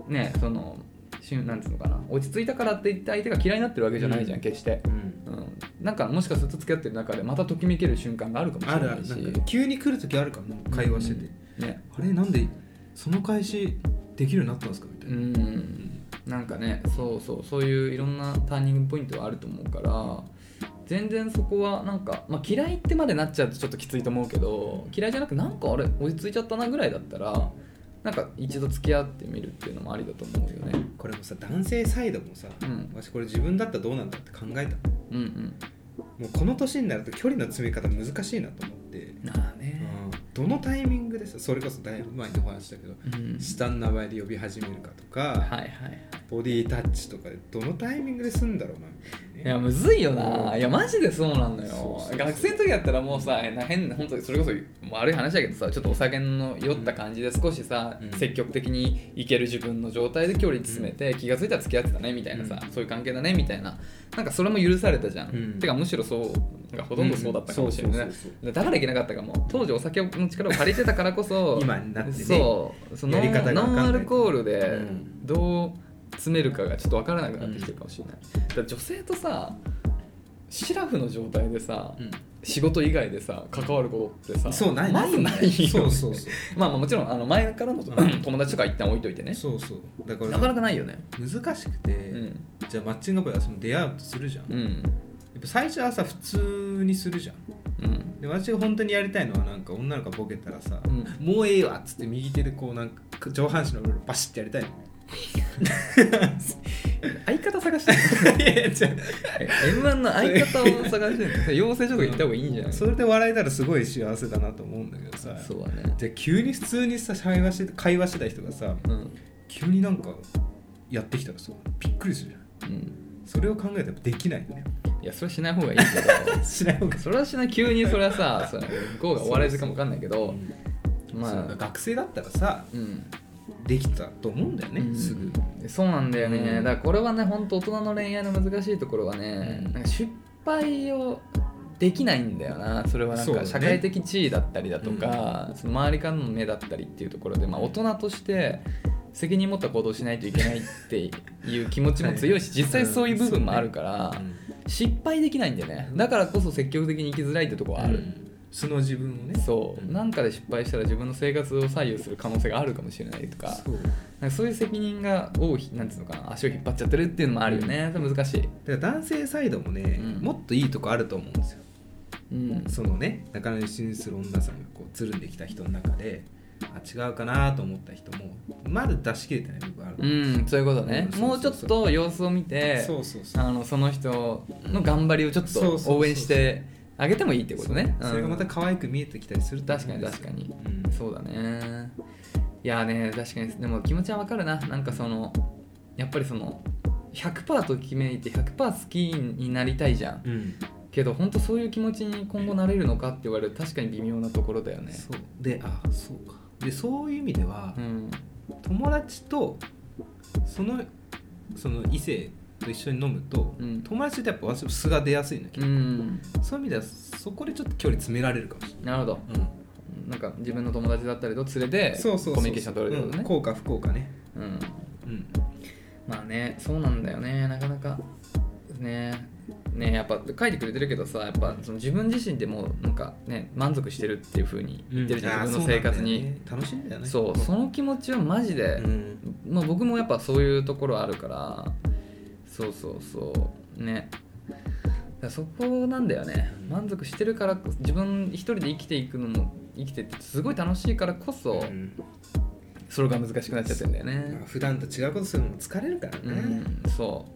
ねそのしゅなんつうのかな落ち着いたからって言って相手が嫌いになってるわけじゃないじゃん、うん決して、うん、なんかもしかすると付き合ってる中でまたときめける瞬間があるかもしあれるあないるしなんか急に来る時あるからなんか会話してて、ねあれなんでその返しできるようになったんですかみたいうな、んなんかねそうそうそういういろんなターニングポイントはあると思うから全然そこはなんか、まあ、嫌いってまでなっちゃうとちょっときついと思うけど嫌いじゃなくなんかあれ落ち着いちゃったなぐらいだったらなんか一度付き合ってみるっていうのもありだと思うよねこれもさ男性サイドもさ、うん私これ自分だったらどうなんだって考えたのうんうんもうこの年になると距離の詰め方難しいなと思って、なあねうどのタイミングですそれこそだいぶ前にお話ししたけどうん下の名前で呼び始めるかとか、はいはいボディタッチとかでどのタイミングですんだろうなみたいいなねやむずいよないやマジでそうなんだよそうそうそう学生の時だったらもうさ変な変な本当にそれこそ悪い話だけどさちょっとお酒の酔った感じで少しさ、うん積極的にいける自分の状態で距離詰めて、気が付いたら付き合ってたねみたいなさ、うんそういう関係だねみたいななんかそれも許されたじゃん、うんてかむしろそうなんかほとんどそうだったかもしれない、うんそうそうそうだからいけなかったかも当時お酒の力を借りてたからこそ今になってねそうそのやり方がノ分かんないンアルコールで、うんどう詰めるかがちょっと分からなくなってきてるかもしれない、だから女性とさシラフの状態でさ、仕事以外でさ関わることってさそうないまずんないだよよねそうそうそう まあまあもちろんあの前からのん友達とか一旦置いといてねそうそうだからなかなかないよね難しくうて、んじゃあマッチングアプリはその出会うとするじゃん、やうんっぱ最初はさ普通にするじゃんうんで私が本当にやりたいのはなんか女の子がボケたらさ、うんもうええわっつって右手でこうなんか上半身の部分をバシッてやりたいの ね相方探 してるいや違う m 1の相方を探して るの養成所とか行った方がいいんじゃないそれで笑えたらすごい幸せだなと思うんだけどさそうだねじゃあ急に普通にさ会話して会話してた人がさうん急になんかやってきたらさびっくりするじゃんうんそれを考えたらできないよねいやそれはしない方がいいけどしない方がそれは しない急にそれはさその向こうがお笑い好きかも分かんないけどまそうあ学生だったらさうんできたと思うんだよね、うんすぐそうなんだよね、うんだからこれはね本当大人の恋愛の難しいところはね、うんなんか失敗をできないんだよなそれはなんそうだかね社会的地位だったりだとかそ、の周りからの目だったりっていうところで、まあ、大人として責任持った行動をしないといけないっていう気持ちも強い し実際そういう部分もあるから、失敗できないんだよねだからこそ積極的に生きづらいってとこはあある、る素の自分をねそう、うんなんかで失敗したら自分の生活を左右する可能性があるかもしれないとかそうなんかそういう責任が多いなんていうのかな足を引っ張っちゃってるっていうのもあるよね、それ難しい、だから男性サイドもね、うんもっといいとこあると思うんですようん、そのね仲直りしにする女さんがこうつるんできた人の中であ違うかなと思った人もまだ出し切れてない部分ある、うん、そういうことね、うんもうちょっと様子を見てそうそうそうあのその人の頑張りをちょっそうそうそうそとう応援してあげてもいいってことねそうそれがまたうん可愛く見えてきたりすると思確うんかにで確すかよに、うんそうだねいやね確かにでも気持ちはわかるななんかそのやっぱりその100%と決めいて100%好きになりたいじゃんうんけど本当そういう気持ちに今後なれるのかって言われると確かに微妙なところだよねそうであそうかでそういう意味では、うん友達とそのその異性と一緒に飲むと、うん友達ってやっぱ私も素が出やすいの、うんそういう意味ではそこでちょっと距離詰められるかもしなるほどれない、なんか自分の友達だったりと連れてそうそうそうコミュニケーション取れるってことうんね効果不効果ねうん、うんまあねそうなんだよねなかなかねねやっぱ書いてくれてるけどさやっぱその自分自身でもなんかね満足してるっていう風に言ってるじゃん、あー自分の生活そうになんだよね楽しいんだよねそう,、その気持ちはマジで、うん、まあ、僕もやっぱそういうところあるからそうそうそうねだからそこなんだよね満足してるから自分一人で生きていくのも生きてってすごい楽しいからこそうんそれが難しくなっちゃってるんだよねまあ普段と違うことするのも疲れるからね、ううんんそ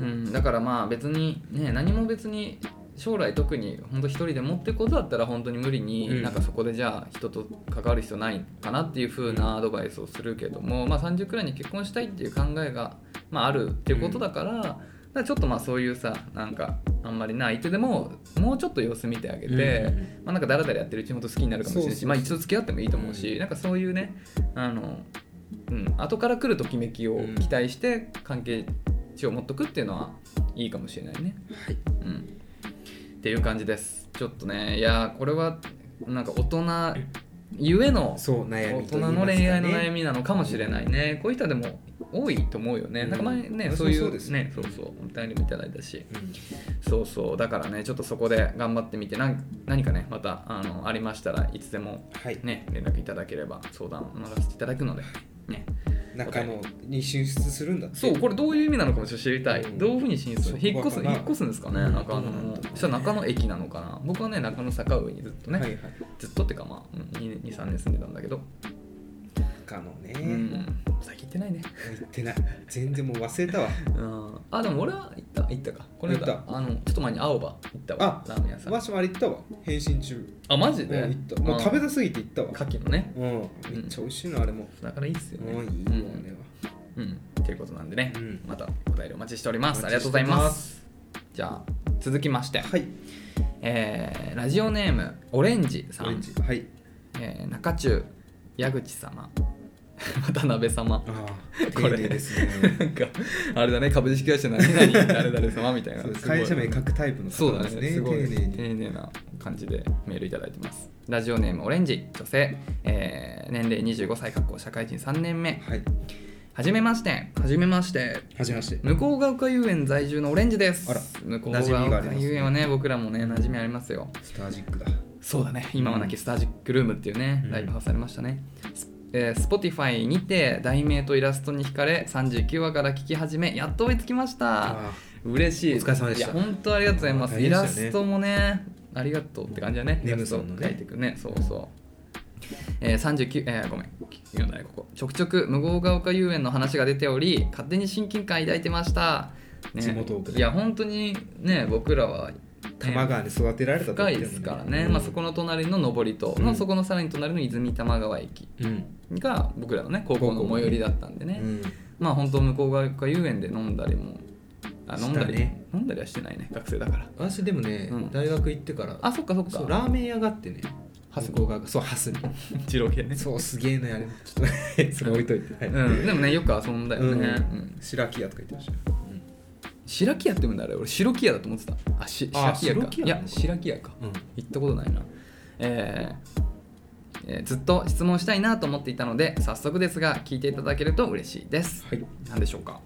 う、うん、だからまあ別にね何も別に将来特に本当一人で持っていくことだったら本当に無理に、うんなんかそこでじゃあ人と関わる必要ないかなっていう風なアドバイスをするけども、まあ、30くらいに結婚したいっていう考えが、まあ、あるっていうことだから,、だからちょっとまあそういうさなんかあんまりない相手でももうちょっと様子見てあげて、うんまあ、なんかだらだらやってるうちに本当好きになるかもしれなそうそいうそし、うまあ、一度付き合ってもいいと思うし、うんなんかそういうねあの、うん、後から来るときめきを期待して関係値を持っとくっていうのはいいかもしれないね。はいうん、っていう感じです。ちょっとねいやーこれはなんか大人ゆえのそう悩大み人の恋愛の悩みみなのかもしれないね。こういう人でも多いと思うよね。うんなんか前ね、まあそういそうそううですね、そうそう、お便りもいただいたし。そうそうだからねちょっとそこで頑張ってみてなん何かねまたあのありましたらいつでもはい、ね連絡いただければ相談乗らせていただくので、ね、中野に進出するんだってそうこれどういう意味なのかもちょっと知りたい、うんどういうふうに進出するそこが引っ越すかな引っ越すんですかねうん中野どうなんだのろうそしたら中野駅なのかな僕はね中野坂上にずっとね、はいはいずっとってかまあ23年住んでたんだけどかのね、うん最近行ってないね言ってない全然もう忘れたわうんあでも俺は行った行ったかこれ行っあのちょっと前に青葉行ったわあラーメン屋さんわしもあれ行ったわ変身中あマジうんで行ったもう食べたすぎて行ったわ牡蠣のねうんめっちゃ美味しいのあれもだからいいっすようんいねいようあれんはうんということなんでねうんまたお便りお待ちしておりますおあり待がちとしうてございまますじゃあ続きましてはいえーラジオネームオレンジさオレんンジはいえー中中矢口様 渡辺様ああこれ丁寧です ねなんかあれだね株式会社 何々誰々様みたいなそうすごい会社名書くタイプのそう方だでねすすごい丁寧に丁寧な感じでメールいただいてますラジオネームオレンジ女性、えー年齢25歳かっこ社会人3年目はいはじめましてはじめましてはじめまして向こうが丘遊園在住のオレンジですあら向こう馴染みががあり丘ますね遊園はね僕らもね馴染みありますよスタージックだそうだね今はなきスタジックルームっていうね、うんライブハウスされましたね、スえー、Spotify にて題名とイラストに惹かれ39話から聞き始めやっと追いつきましたあ嬉しいお疲れ様でしたいや本当ありがとうございます、大変イでしたラよねストもねありがとうって感じだねネムソンのねイラストを描いてくねそうそう、えー、39えーごめん読んだねここちょくちょく無謀が丘遊園の話が出ており勝手に親近感抱いてました、ね、地元奥でいや本当にね僕らは、ね多摩川に育てられたと深言いってでもすからね、まあ、そこの隣の上りと、うのんそこのさらに隣の泉多摩川駅うんが僕らのね高校の最寄りだったんでうね、んまあ本当向こう側が遊園で飲んだりもあ飲んだしたりね飲んだりはしてないね学生だから私でもねうん大学行ってからあそっかそっそかうラーメン屋があってねハス向こうがそうハスミ二郎系ねそうすげえのやれちょっと それ置いといて、はいうん、でもねよく遊んだよね、うんうん白木屋とか言ってましたよ、白木屋って言うんだあれ俺白木屋だと思ってたあしあ白木白木屋屋かいなのかや白木屋かうん行ったことないな、えーえーずっと質問したいなと思っていたので早速ですが聞いていただけると嬉しいです、はい何でしょうか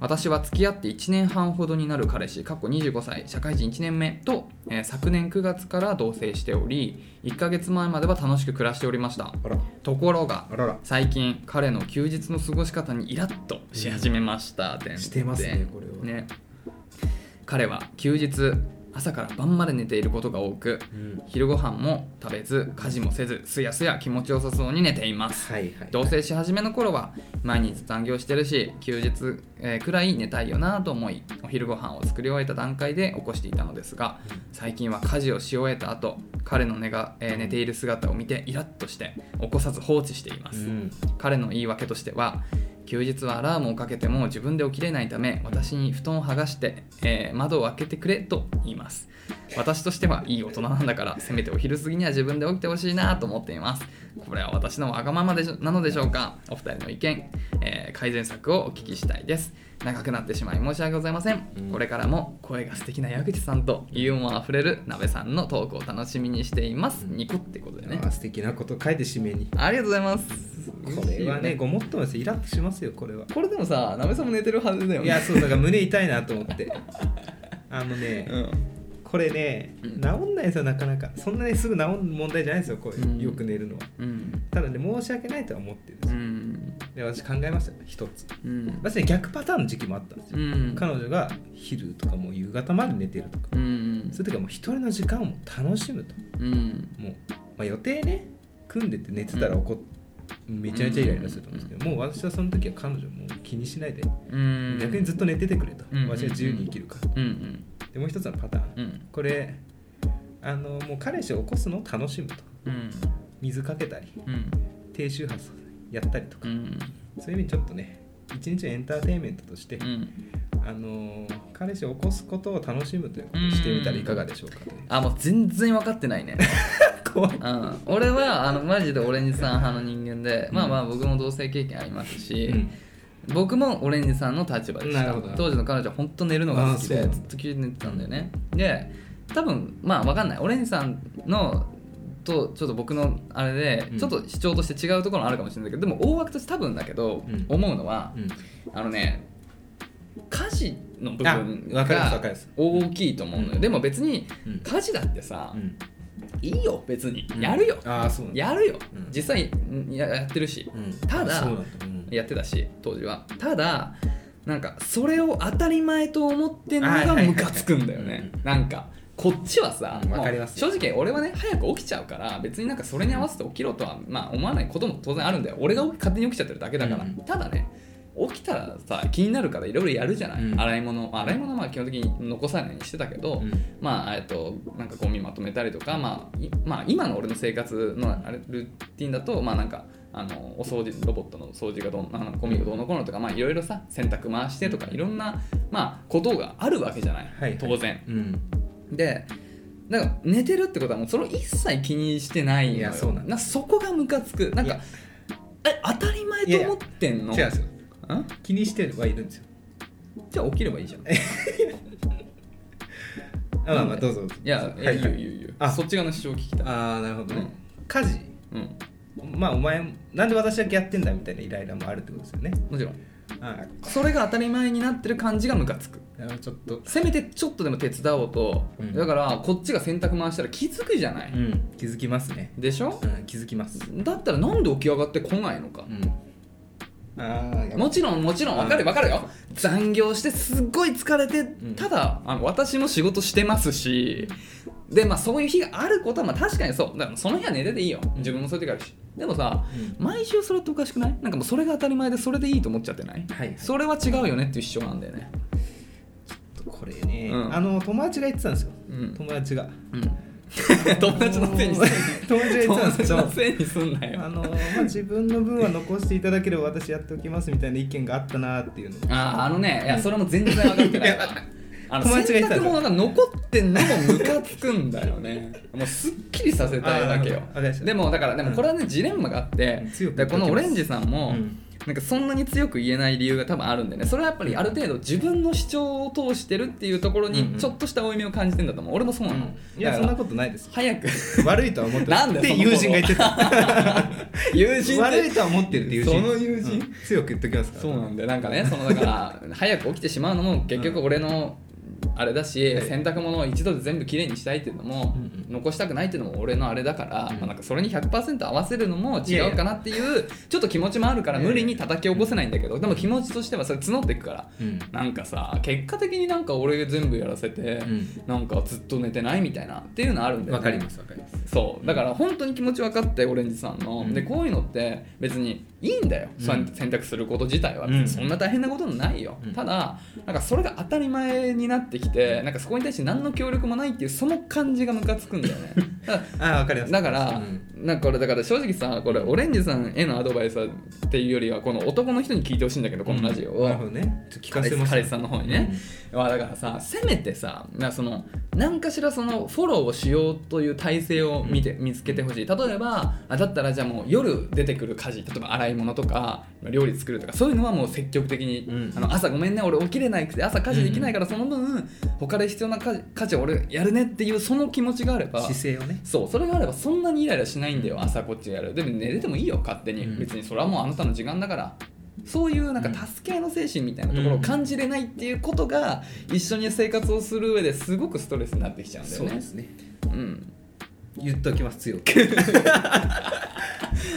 私は付き合って1年半ほどになる彼氏過去25歳社会人1年目と、えー昨年9月から同棲しており1ヶ月前までは楽しく暮らしておりましたあらところがあらら最近彼の休日の過ごし方にイラッとし始めました、点してますねこれはね彼は休日朝から晩まで寝ていることが多くうん昼ご飯も食べず家事もせずすやすや気持ちよさそうに寝ていますはいはい同棲し始めの頃は毎日残業してるし休日、えーくらい寝たいよなと思いお昼ご飯を作り終えた段階で起こしていたのですが最近は家事をし終えた後彼の寝が、えー寝ている姿を見てイラッとして起こさず放置していまうす、ん彼の言い訳としては休日はアラームをかけても自分で起きれないため私に布団を剥がして、えー窓を開けてくれと言います私としてはいい大人なんだからせめてお昼過ぎには自分で起きてほしいなと思っていますこれは私のわがままでしょなのでしょうかお二人の意見、えー改善策をお聞きしたいです長くなってしまい申し訳ございません、うんこれからも声が素敵な矢口さんとユーモアあふれる鍋さんのトークを楽しみにしていますニコってことでねあー素敵なこと書いて締めにありがとうございますこれはねごもっともですイラッとしますよこれはこれでもさ、なべさんも寝てるはずだよね。いやそうだから胸痛いなと思 ってあのね、うん、これねう治んんないですよなかなかそんなにすぐ治る問題じゃないですよこううんよく寝るのはうん、ただね申し訳ないとは思ってるんでうすよで私ん、考えましたよ一つうん、私ね逆パターンの時期もあったんですよ、うん、彼女が昼とかもう夕方まで寝てるとか、うん、そういう時はもう一人の時間をもう楽しむとうん、もう、まあ、予定ね組んでて寝てたら怒っ、めちゃめちゃイライラすると思うんですけど、もう私はその時は彼女もう気にしないで、うん、逆にずっと寝ててくれと、うん私は自由に生きるから、うん、うん、でもう一つのパターン、うん、これあのもう彼氏を起こすのを楽しむとうん、水かけたりうん、低周波やったりとか、うん、そういう意味にちょっとね一日のエンターテインメントとして、うん、あのー彼氏を起こすことを楽しむということをしてみたらいかがでしょうかというあ、もう全然分かってないね。怖いうん、俺はあのマジでオレンジさん派の人間で、まあまあ僕も同性経験ありますし、うん僕もオレンジさんの立場でしなたるほど当時の彼女は本当寝るのが好きあーでそうなんだずっと聞いて寝てたんだよねで多分まあ分かんないオレンジさんのとちょっと僕のあれでうんちょっと主張として違うところあるかもしれないけど、でも大枠として多分だけど、うん思うのはう、んあのね家事の部あ分わかりますわがかります大きいと思うのよ、うんでも別にうん家事だってさ、うんいいよ別にやるよ、ああそうなんだやるよ、うん実際んややってるし、うんただあそうなんだうんやってたし当時はただなんかそれを当たり前と思ってんのはいはがいはいムカつくんだよねなんかこっちはさ、うんわもうかります正直俺はね早く起きちゃうから別になんかそれに合わせて起きろとは、まあ、思わないことも当然あるんだよ俺が勝手に起きちゃってるだけだから、うんただね起きたらさ気になるからいろいろやるじゃない、うん洗い物、まあ、洗い物はまあ基本的に残さないようにしてたけど、うんまあえっと、なんかゴミまとめたりとか、まあいまあ、今の俺の生活のあれルーティンだと、まあ、なんかあのお掃除ロボットの掃除がどうなんかゴミがどうのこうのとか、まあ、いろいろさ洗濯回してとかいろんな、まあ、ことがあるわけじゃない、はいはい当然。うんでだから寝てるってことはもうそれを一切気にしてないのよいやそうなんですなそこがムカつくなんいかやえ当たり前と思ってんの違うんですよん気にしてはいるんですよじゃあ起きればいいじゃんあまあまあどうぞどうぞいやいやはいいいよいいよいいよあそっち側の主張を聞きたいああなるほどね家事うんまあお前なんで私だけやってんだみたいなイライラもあるってことですよねもちろんああそれが当たり前になってる感じがムカつくちょっと、せめてちょっとでも手伝おうと、うんだからこっちが洗濯回したら気づくじゃない、うん、気づきますね、でしょうん、気づきます、だったらなんで起き上がってこないのか、うん、ああやっぱもちろんもちろんわかるわかるよ残業してすっごい疲れて、んただあの私も仕事してますしでまあそういう日があることはまあ確かにそうだからその日は寝てていいよ自分もそういう時あるしでもさ、毎週それっておかしくないなんかもうそれが当たり前でそれでいいと思っちゃってない、はいはいそれは違うよねっていう主張なんだよねこれね、うんあの友達が言ってたんですよ、うん友達がうん 友達のせいにすんな友達が言って友たんですけ達どのせいにすんなよあのまあ、自分の分は残していただければ私やっておきますみたいな意見があったなっていうのあーあのねいやそれも全然分かってないわあの友達が言って洗た濯んだ物が残ってんのもムカつくんだよねもうすっきりさせたいわけあーなよるほどわかりましたでもだからでもこれはねジレンマがあってうん強くだからこのオレンジさんも、うんなんかそんなに強く言えない理由が多分あるんでねそれはやっぱりある程度自分の主張を通してるっていうところうんにうんちょっとした負い目を感じてんだと思う俺もそうなの、いやだそかんらなことないです早く 悪いとは思ってなんだるよっそてのフォロ友人がー言ってた友人って悪いとは思ってるって友人その友人うん強く言っときますからそうなんだよなんかねそのだから 早く起きてしまうのも結局俺のあれだし洗濯物を一度で全部きれいにしたいっていうのもうんうん残したくないっていうのも俺のあれだから、うんまあ、なんかそれに100%合わせるのもいや違いうやかなっていうちょっと気持ちもあるからいやい無や理に叩き起こせないんだけどでも気持ちとしてはそれ募っていくからうんなんかさ結果的になんか俺全部やらせて、んなんかずっと寝てないみたいなっていうのあるんだよわねかりますわかりますそうだから本当に気持ち分かってオレンジさんの、うんでこういうのって別にいいんだよ、うん選選択すること自体は、うんそんな大変なことないよ、うんただなんかそれが当たり前になってきてなんかそこに対して何の協力もないっていうその感じがムカつくんだよ ねだからああわかりますだから、うんなんか俺だから正直さこれオレンジさんへのアドバイスはっていうよりはこの男の人に聞いてほしいんだけどこのラジオを、なるほどねちょっと聞かせました彼氏さんの方にね、まあだからさせめてさなその何かしらそのフォローをしようという体制を見て見つけてほしい例えばあだったらじゃあもう夜出てくる家事例えば洗い物とか料理作るとかそういうのはもう積極的に、うんあの朝ごめんね俺起きれないくて朝家事できないからその分他で必要な家事家事俺やるねっていうその気持ちがあれば姿勢をねそうそれがあればそんなにイライラしないんだよ朝こっちがやるでも寝ててもいいよ勝手に、うん別にそれはもうあなたの時間だからそういうなんかうん助け合いの精神みたいなところを感じれないっていうことが一緒に生活をする上ですごくストレスになってきちゃうんだよそうねですねうん言っときます強く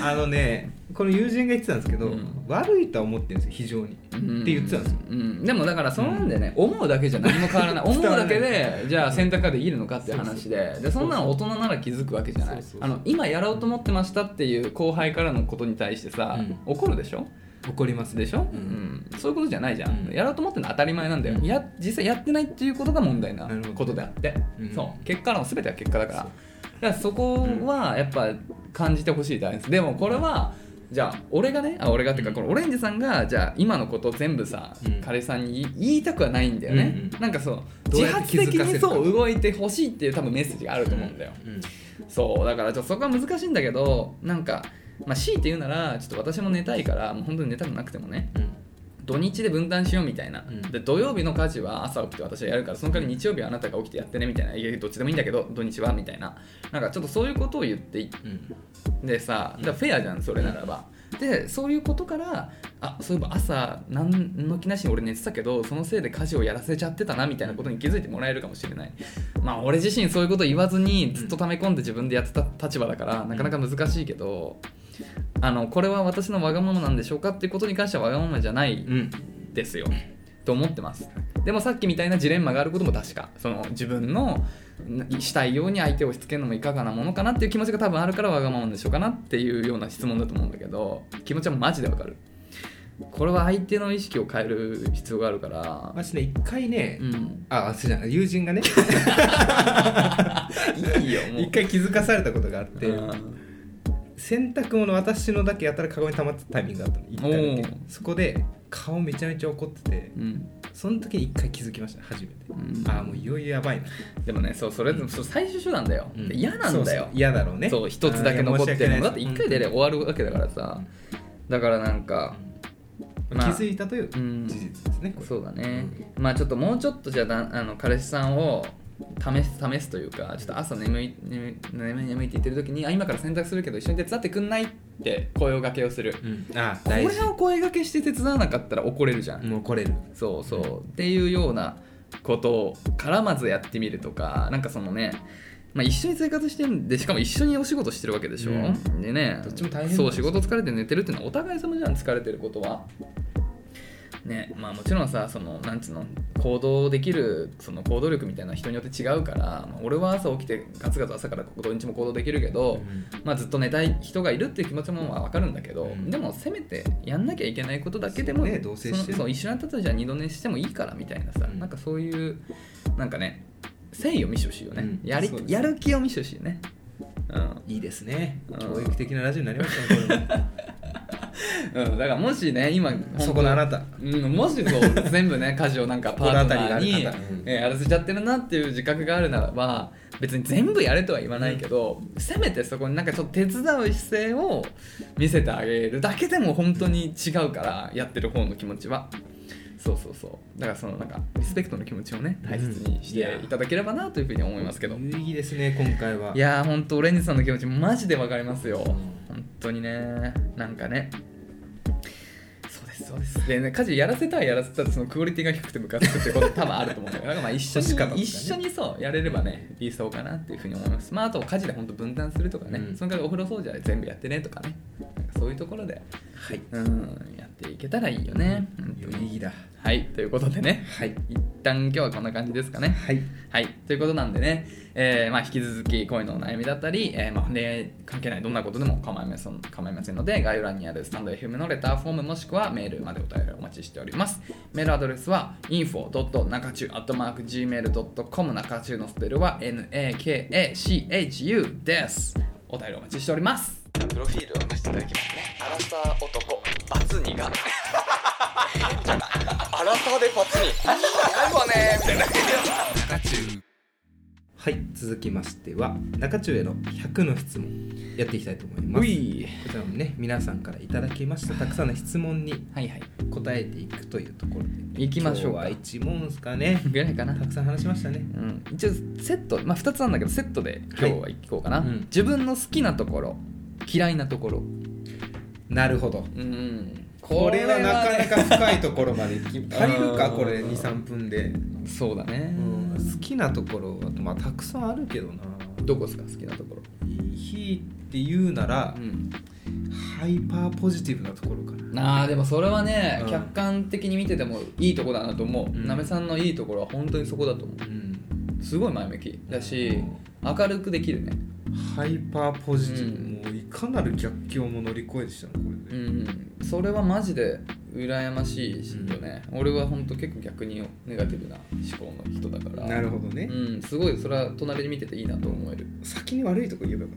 あのねこの友人が言ってたんですけど、うん悪いとは思ってるんですよ非常に、うんって言ってたんですようん、でもだからそのなんでね、思うだけじゃ何も変わらな い思うだけでじゃあ選択ができるのかっていう話ででそんなの大人なら気づくわけじゃないそうそうあの今やろうと思ってましたっていう後輩からのことに対してさ、うん怒るでしょ怒りますでしょ、ううんんそういうことじゃないじゃん、うんやろうと思ってるのは当たり前なんだよ、うんや実際やってないっていうことが問題ななるほどことであって、うんそう結果論全ては結果だからそうだからそこはやっぱ感じてほしい大変ですでもこれはじゃあ俺がねあ俺がっていうかうんこのオレンジさんがじゃあ今のことを全部さ、うん彼氏さんに言い言いたくはないんだよね、うんうんなんかそうどう自やって発気づ的かせにるかそう動いてほしいっていう多分メッセージがあると思うんだよ、うんそうだからちょっとそこは難しいんだけどなんか、まあ、強いて言うならちょっと私も寝たいからもう本当に寝たくなくてもね土日で分担しようみたいな、うんで土曜日の家事は朝起きて私がやるからその代わり日曜日はあなたが起きてやってねみたいないやどっちでもいいんだけど土日はみたいななんかちょっとそういうことを言っていうんうんでさだからフェアじゃんそれならば。でそういうことからあそういえば朝何の気なしに俺寝てたけどそのせいで家事をやらせちゃってたなみたいなことに気づいてもらえるかもしれないまあ俺自身そういうこと言わずにずっと溜め込んで自分でやってた立場だからなかなか難しいけどあのこれは私のわがままなんでしょうかっていうことに関してはわがままじゃないうんですよと思ってますでもさっきみたいなジレンマがあることも確かその自分のんしたいように相手を押し付けるのもいかがなものかなっていう気持ちが多分あるからわがままでしょうかなっていうような質問だと思うんだけど気持ちはマジでわかるこれは相手の意識を変える必要があるから私ね一回ね、うんああそうじゃない友人がねいいよもう一回気づかされたことがあって、うん洗濯物私のだけやたらカゴに溜まってたタイミングがあったの一回だけおーそこで顔めちゃめちゃ怒っててうんその時に一回気づきました初めて、うんああもういよいよやばいな、でもねそうそれそう最終手段だよ、うんで嫌なんだそうそよう嫌だろうねそう一つだけ残ってるのだって一回出ればば終わるわけだからさだからなんか気まあづいたという事うん実ですね、これそうだねまあちょっともうちょっとじゃあだあの彼氏さんを試す試すというかちょっと朝眠い眠い眠い眠いって言ってる時にあ今から洗濯するけど一緒に手伝ってくんないって声を掛けをするうんああこれ大事を声掛けして手伝わなかったら怒れるじゃんもう来れるそうそうっていうようなことからまずやってみるとかなんかそのねまあ、一緒に生活してるんでしかも一緒にお仕事してるわけでしょ、うんでねどっちも大変だそう仕事疲れて寝てるっていうのはお互い様じゃん疲れてることはねまあもちろんさそのなんつうの行動できるその行動力みたいな人によって違うから、まあ俺は朝起きてガツガツ朝から土日も行動できるけど、まあ、ずっと寝たい人がいるっていう気持ちもまあ分かるんだけど、うんでもせめてやんなきゃいけないことだけでもそうね同棲してるそのそう一緒になったとじゃあ二度寝してもいいからみたいなさ、うんなんかそういうなんかね誠意を見せてほしいよね、うんやりそうですねやる気を見せてほしいね、うんいいですねうん教育的なラジオになりました ねこれもうん、だからもしね今そこのあなたうん、もしそう全部ね家事をなんかパートナーに心当たりがある方うんえーやらせちゃってるなっていう自覚があるならば別に全部やれとは言わないけど、せめてそこになんかちょっと手伝う姿勢を見せてあげるだけでも本当に違うからやってる方の気持ちは。そうそうそうだからそのなんかリスペクトの気持ちをね大切にしていただければなというふうに思いますけど、いいですね今回はいやーほんとオレンジさんの気持ちマジでわかりますよ本当にねなんかねそうですそうですでね家事やらせたらやらせたらそのクオリティが低くてムカつくってこと多分あると思うんだけどだからまあ一緒に、仕方とかね一緒にそうやれればね理想かなっていうふうに思いますまああと家事で本当分担するとかね、うんそのからお風呂掃除は全部やってねとかねなんかそういうところではいうんやっていけたらいいよね本当有意に義だはいということでねはい一旦今日はこんな感じですかねはいはい、ということなんでね、えーまあ、引き続き恋のお悩みだったり、えーまあ、恋愛関係ないどんなことでも構いません構いませんので概要欄にあるスタンド FM のレターフォームもしくはメールまでお便りお待ちしておりますメールアドレスは info.nakachu.gmail.com 中中のスペルは nakachu ですお便りお待ちしておりますプロフィールを見せていただきますねアラサー男バツニが アラサーでバツニ ないわねみたいな はい続きましては中中への100の質問やっていきたいと思いますうこいちらもね皆さんからいただきましたたくさんの質問にはいはい答えていくというところで行きましょう今か日は1問ですか ねぐらいかなたくさん話しましたねうん、一応セット、まあ、2つなんだけどセットで今日は行こうかな、はいうん自分の好きなところ嫌いなところなるほどうんこれはなかなねか深いところまで行き足りるあかーこれ23分で、そうだね、うん好きなところはまあたくさんあるけどなどこですか好きなところ、ひいって言うなら、ハイパーポジティブなところかなあーでもそれはね、うん客観的に見ててもいいとこだなと思う、うんなめさんのいいところは本当にそこだと思うんうすごい前向きだし明るくできるねハイパーポジティブ、うんもういかなる逆境も乗り越えてきたのこれうで、んそれはマジで羨ましいよね、俺は本当結構逆にネガティブな思考の人だからなるほどね、うん、すごいそれは隣で見てていいなと思える。ん先に悪いとこ言えばよ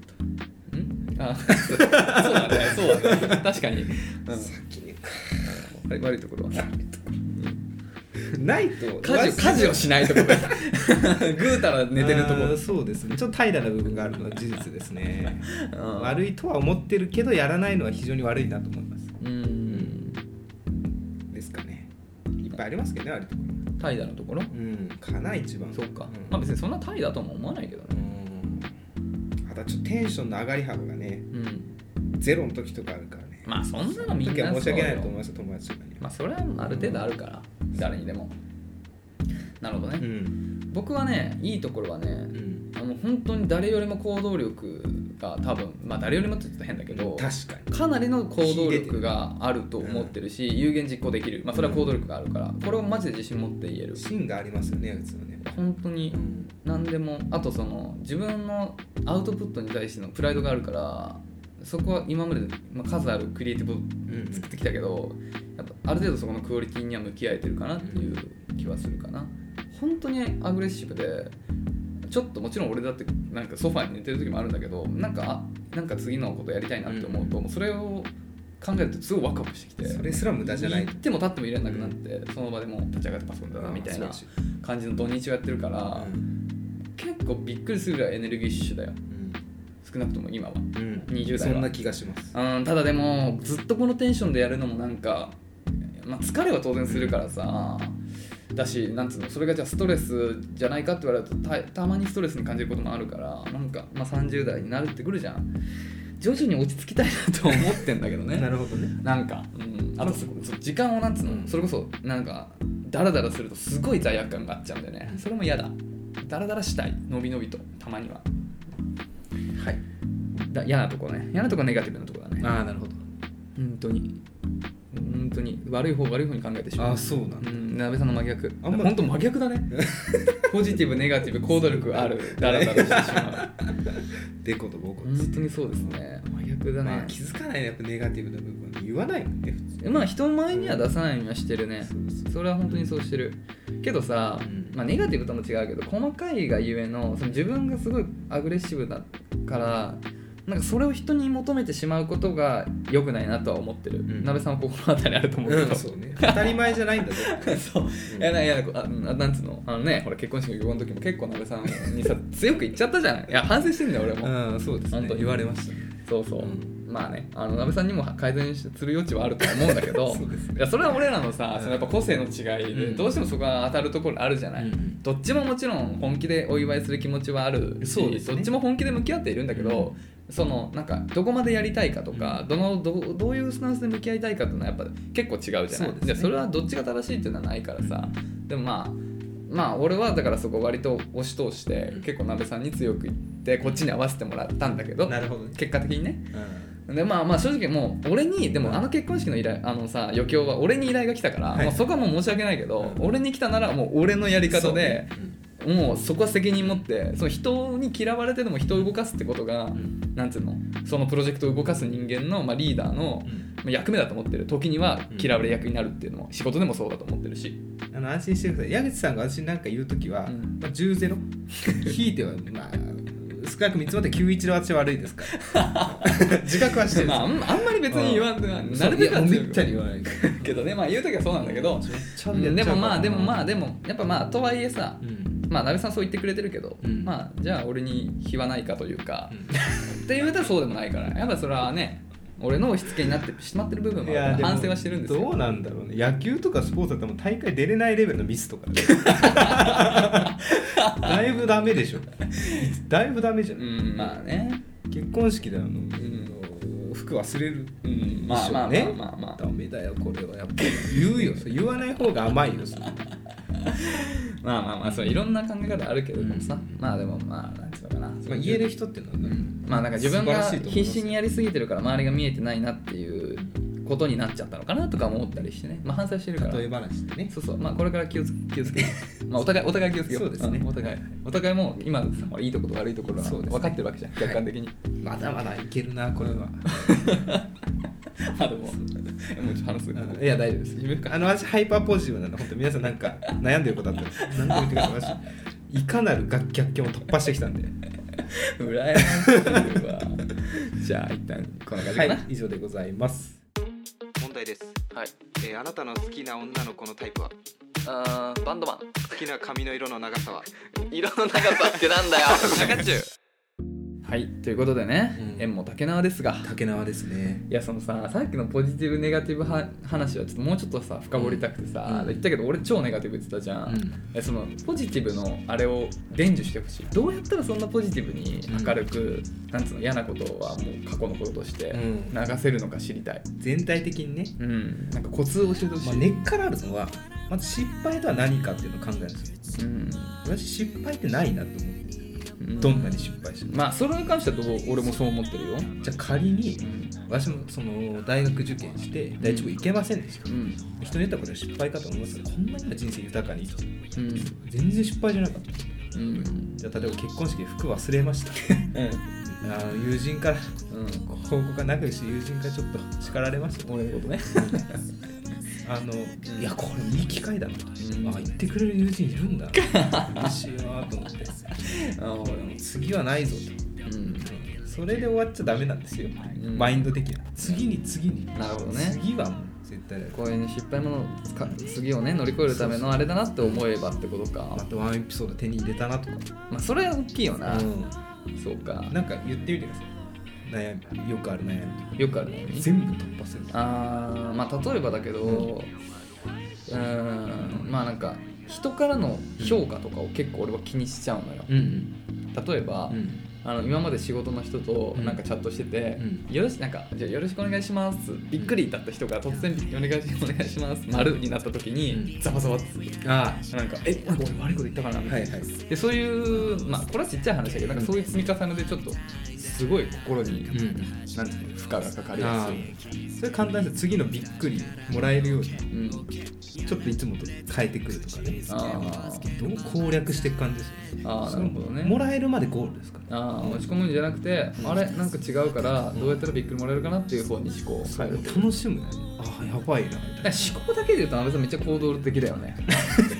かった、 あそうだね、そうだね。確かに。先に悪い悪いところは。ないと家事家事をしない ところぐうたら寝てるとこあーそうですねちょっと平らな部分があるのは事実ですねうん悪いとは思ってるけどやらないのは非常に悪いなと思いますうん。ですかねいっぱいありますけどね悪いとこ怠惰のところろうんかな一番そうかん。まあ別にそんな怠惰とも思わないけどうね。んあとはちょっとテンションの上がり幅がねうん。ゼロの時とかあるからねまあそんなのみん時なは申し訳ないとそう思いよますよ友達とかにまあそれはある程度あるから、誰にでも。なるほどうね。ん僕はね、いいところはねう、んあの本当に誰よりも行動力が多分まあ誰よりもって言ったら変だけど確かにかなりの行動力があると思ってるし有言実行できるまあそれは行動力があるからこれをマジで自信持って言える芯がありますよね矢口さんはね本当に何でもあとその自分のアウトプットに対してのプライドがあるからそこは今まで、まあ、数あるクリエイティブうん作ってきたけどやっぱある程度そこのクオリティには向き合えてるかなっていう気はするかな本当にアグレッシブでちょっともちろん俺だってなんかソファーに寝てる時もあるんだけどなんかあなんか次のことやりたいなって思うと、もうそれを考えるとすごいワクワクしてきてそれすら無駄じゃない行っても立ってもいられなくなって、その場でもう立ち上がってパソコンだなみたいなそうだし感じの土日をやってるから、うん結構びっくりするぐらいエネルギッシュだよ少なくとも今はうん20代はそんな気がしますうんただでもずっとこのテンションでやるのもなんか、まあ、疲れは当然するからさだしなんつうのそれがじゃあストレスじゃないかって言われるとたたまにストレスに感じることもあるからなんか、まあ、30代になるってくるじゃん徐々に落ち着きたいなと思ってんだけど ねなるほどねなんか、うん、あとそそう時間をなんつうの、うんそれこそなんかダラダラするとすごい罪悪感があっちゃうんだよねそれも嫌だダラダラしたいのびのびとたまにははいだ嫌なとこね嫌なとこはネガティブなとこだねああなるほど本当に本当に悪い方悪い方に考えてしまうああそうなんうだん、鍋さんの真逆あんま本当真逆だ ねポジティブネガティブ行動力あるダラダラしてしまうでことぼ こ本当にそうですね真逆だね、まあ気づかないねやっぱネガティブな部分言わないもんね普通まあ人前には出さないようにはしてるねそうそそれは本当にそうしてるけどさ、うんまあ、ネガティブとも違うけど細かいがゆえのその自分がすごいアグレッシブだからなんかそれを人に求めてしまうことが良くないなとは思ってる、ん鍋さんは心当たりあると思うけうど、んそうね当たり前じゃないんだぞ そういやないやあうんなんつうのあのねほら結婚式の時も結構鍋さんにさ強く言っちゃったじゃないいや反省してんだよ俺も、うんそうです本ね当言われましたそうそう、うんまあねあの鍋さんにも改善する余地はあると思うんだけど そうですねいやそれは俺らのさ、うんそのやっぱ個性の違いで、うんどうしてもそこが当たるところあるじゃない、うんどっちももちろん本気でお祝いする気持ちはあるし、そうですねどっちも本気で向き合っているんだけど、そのなんかどこまでやりたいかとか、うんどのどどういうスタンスで向き合いたいかっていうのはやっぱ結構違うじゃないそうですねでそれはどっちが正しいっていうのはないからさ、でもまあまあ俺はだからそこ割と押し通してうん結構鍋さんに強く言ってこっちに合わせてもらったんだけどなるほどね結果的にねうんでまあまあ正直もう俺にでうもんあの結婚式の依頼あのさ余興は俺に依頼が来たから、はいまあ、そこはもう申し訳ないけど、うん俺に来たならもう俺のやりそ方うでねうんもうそこは責任持ってその人に嫌われてでも人を動かすってことが、んなんつうのそのプロジェクトを動かす人間の、まあ、リーダーのうんまあ役目だと思ってる時にはうん嫌われ役になるっていうのも仕事でもそうだと思ってるし、あの安心してください矢口さんが私に何か言う時は、うんまあ、10ゼロひいてはまあ少なく見積もって91の私は悪いですから 自覚はしてるんでますあ、あよんあんまり別に言わんうんなるべくそはういや強めっくちゃに言わないけ けどねまあ言う時はそうなんだけど、どうんでもまあでもまああでもやっぱまあとはいえさ、 うんまあ、鍋さんそう言ってくれてるけど、うんまあじゃあ俺に非はないかというか、って言われたらそうでもないからやっぱそれはね俺の押し付けになってしまってる部分いやはでも反省はしてるんですどようなんだろうね野球とかスポーツだったらもう大会出れないレベルのミスとか ねだいぶダメでしょだいぶダメじゃ、うんんまあね結婚式であの、服忘れるうんまあまあまあまあまあダメだよこれはやっぱ言うよそれ言わない方が甘いよそ れまあまあまあそういろんな考え方あるけどもさ、うんまあでもまあなんていうのかな、まあ、言える人っていうのはうねんまあなんか自分素晴らがしいと思い必ます死にやりすぎてるから周りが見えてないなっていうことになっちゃったのかなとか思ったりしてね、まあ、反省してるから例え話でねそうそう、まあ、これから気をつ気 をつけようまあお互いお互い気をつけようそうですねんお互いはいお互いもう今さほらいいところ悪いところはそうですね分かってるわけじゃん、客観 的にまだまだいけるなこれはまあでももうちょっと話すうんいや大丈夫ですあの私ハイパーポジティブなんで本当皆さんなん か悩んでることあったら何でも言ってください私いかなる逆逆境を突破してきたんでうらやましいわじゃあ一旦こんな感じはかいな以上でございます問題です、はい、えーあなたの好きな女の子のタイプはあバンドマン好きな髪の色の長さは色の長さってなんだ よ中中はいということでね、うん縁も竹縄ですが竹縄ですねいやそのささっきのポジティブネガティブは話はちょっともうちょっとさ深掘りたくてさ、うん言ったけど俺超ネガティブって言ったじゃん、うんえそのポジティブのあれを伝授してほしいどうやったらそんなポジティブに明るく、なんつうの嫌なことはもう過去のこととしてうん流せるのか知りたい、全体的にね、うん、なんかコツを教えてほしい、まあ、根っからあるのはまず失敗とは何かっていうのを考えるんですようん私失敗ってないなと思ってうんどんなに失敗しても、まあそれに関してはどう俺もそう思ってるよじゃあ仮に私もその大学受験して第一部行けませんでした、うん人によってはこれは失敗かと思いますがこんなには人生豊かにうん全然失敗じゃなかったうんじゃあ例えば結婚式で服忘れました あの友人からうん報告がなくして友人からちょっと叱られました俺のことねあの、いやこれいい機会だな、んあ言ってくれる友人いるんだ嬉しいなと思ってあ俺も次はないぞうんとそれで終わっちゃダメなんですよ、うんマインド的な次に次になるほどね次はもう絶対だよこういう失敗もか次をね乗り越えるためのあれだなって思えばってことかまたワンエピソード手に入れたなとか、まあそれは大きいよなうそうかん、なんか言ってみてください悩みよくある悩みとかよくあるね全部突破するあーまあ例えばだけどうーんまあなんか人からの評価とかを結構俺は気にしちゃうのようんうん例えば、うんあの今まで仕事の人とうんなんかチャットしててうん「よろしなんかじゃあよろしくお願いします」びっくりだった人が突然「お願いしお願いします」丸になった時にうんざわざわってするあなんか「えなんか俺悪いこと言ったかな」あみはたいいな、はいでそういうまあこれはちっちゃい話だけどなんかそういう積み重ねでちょっとすごい心にうんなんていう負荷がかかりやあすーそれ簡単です次のびっくりもらえるようにい、うん、ちょっといつもと変えてくるとかねあーどう攻略していく感じですよあーなるほどねもらえるまでゴールですからああ落ち込むんじゃなくて、あれなんか違うからどうやったらびっくりもらえるかなっていう方に思考を変えるだか楽しむああやばいなみたいら思考だけで言うと安倍さんめっちゃ行動的だよ ね、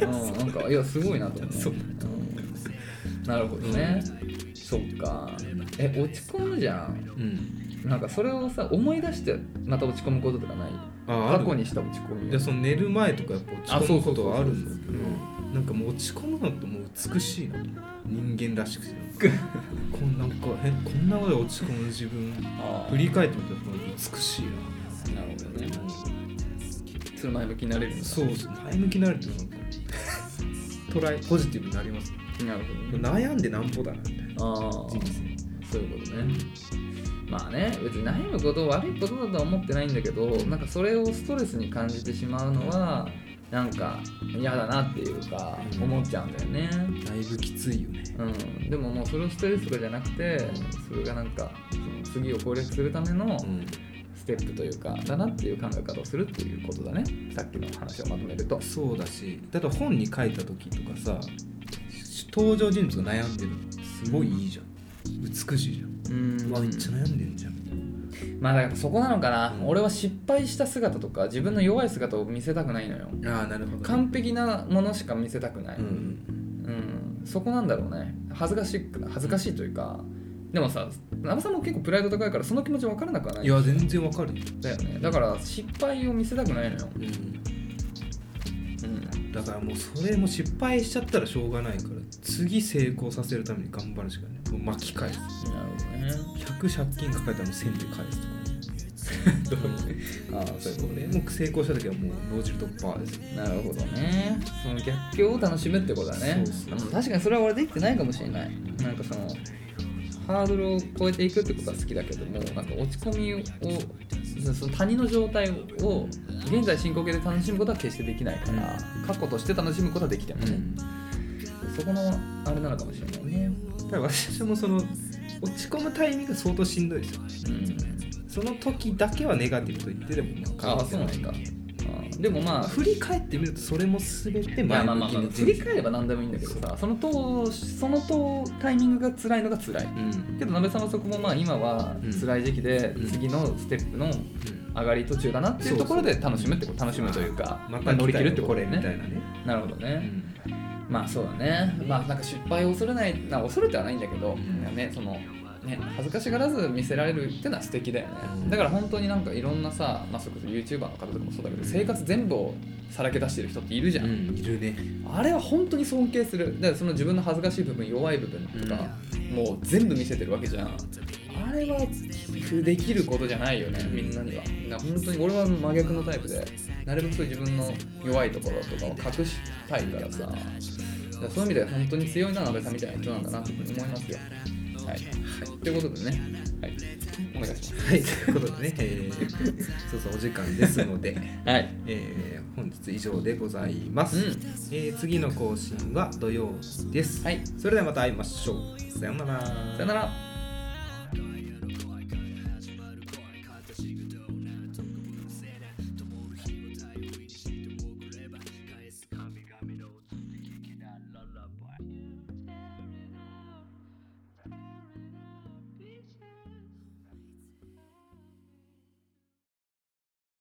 うん、なんかいやすごいなと思うそううんなるほどね、そっかえ落ち込むじゃんなうんなんかそれをさ思い出してまた落ち込むこととかないあ過去ににした落ち込みじゃあその寝る前とかやっぱ落ち込むことはあるんだけどあそうそうなんかもう落ち込むのってもう美しいな人間らしくて こんなかえこんなことで落ち込む自分あー振り返ってみたらやっぱ美しいななるほどねそれ前向きになれるんだそうそう前向きになるってなんかトライポジティブになりますなるほどね悩んでなんぼだなみたいなああ人生そういうことね。まあね、別に悩むこと悪いことだとは思ってないんだけど、なんかそれをストレスに感じてしまうのは、なんか嫌だなっていうか、うん思っちゃうんだよね。だいぶきついよねうん、でももうそれをストレスとかじゃなくて、それがなんか、その次を攻略するためのんステップというか、だなっていう考え方をするっていうことだね。さっきの話をまとめると。そうだしだから本に書いた時とかさ登場人物が悩んでるのすごいいいじゃん美しいじゃんうんうわめっちゃ悩んでんじゃんまあだからそこなのかな、うん俺は失敗した姿とか、自分の弱い姿を見せたくないのよ。ああなるほど完璧なものしか見せたくない、ううんんそこなんだろうね恥ずかしく恥ずかしいというかでもさナムさんも結構プライド高いからその気持ち分からなくはないいや全然わかるよ、だよねだから失敗を見せたくないのよ、うん、だからもうそれも失敗しちゃったらしょうがないから次成功させるために頑張るしかないもう巻き返すなるほどね100借金抱えたらもう1000で返すとかああそういうことそれも成功した時はもう脳汁ドッパーですよなるほどねその逆境を楽しむってことだねそうそううん確かにそれは俺できてないかもしれないなんかそのハードルを超えていくってことは好きだけどもなんか落ち込みをそその谷の状態を現在進行形で楽しむことは決してできないから、過去として楽しむことはできてもね、そこのあれなのかもしれないねただ私もその落ち込むタイミングが相当しんどいですようんその時だけはネガティブと言ってでもまあああ変そうわっなてんなかいあでもまあ振り返ってみるとそれも全てまあ前まあま向あきまあの振り返れば何でもいいんだけどさそのとそのとタイミングが辛いのが辛いけど鍋さんはそこもまあ今はうん辛い時期でうん次のステップの上がり途中だなっていうところで楽しむってこと楽しむというかままたあ乗り切るってこことれだみたいねなね、なるほどねまあそうだねまあなんか失敗を恐れないな恐れてはないんだけどんねそのね恥ずかしがらず見せられるってのは素敵だよねうんだから本当になんかいろんなさまあそれこそ YouTuber の方とかもそうだけど生活全部をさらけ出してる人っているじゃんうんいるねあれは本当に尊敬するだからその自分の恥ずかしい部分弱い部分とか、もう全部見せてるわけじゃんあれはできることじゃないよねみんなにはな本当に俺は真逆のタイプでなるべくそういう自分の弱いところとかを隠したいからさだからそういう意味で本当に強いのは安倍さんみたいな人なんだなって思いますよはい。ということでね、はい。お願いしまはい、ということでね、えー、 そうそう、お時間ですの で、す。はい。えー、本日以上でございます、うんえー次の更新は土曜日です、はいそれではまた会いましょう。さようなら。さよなら。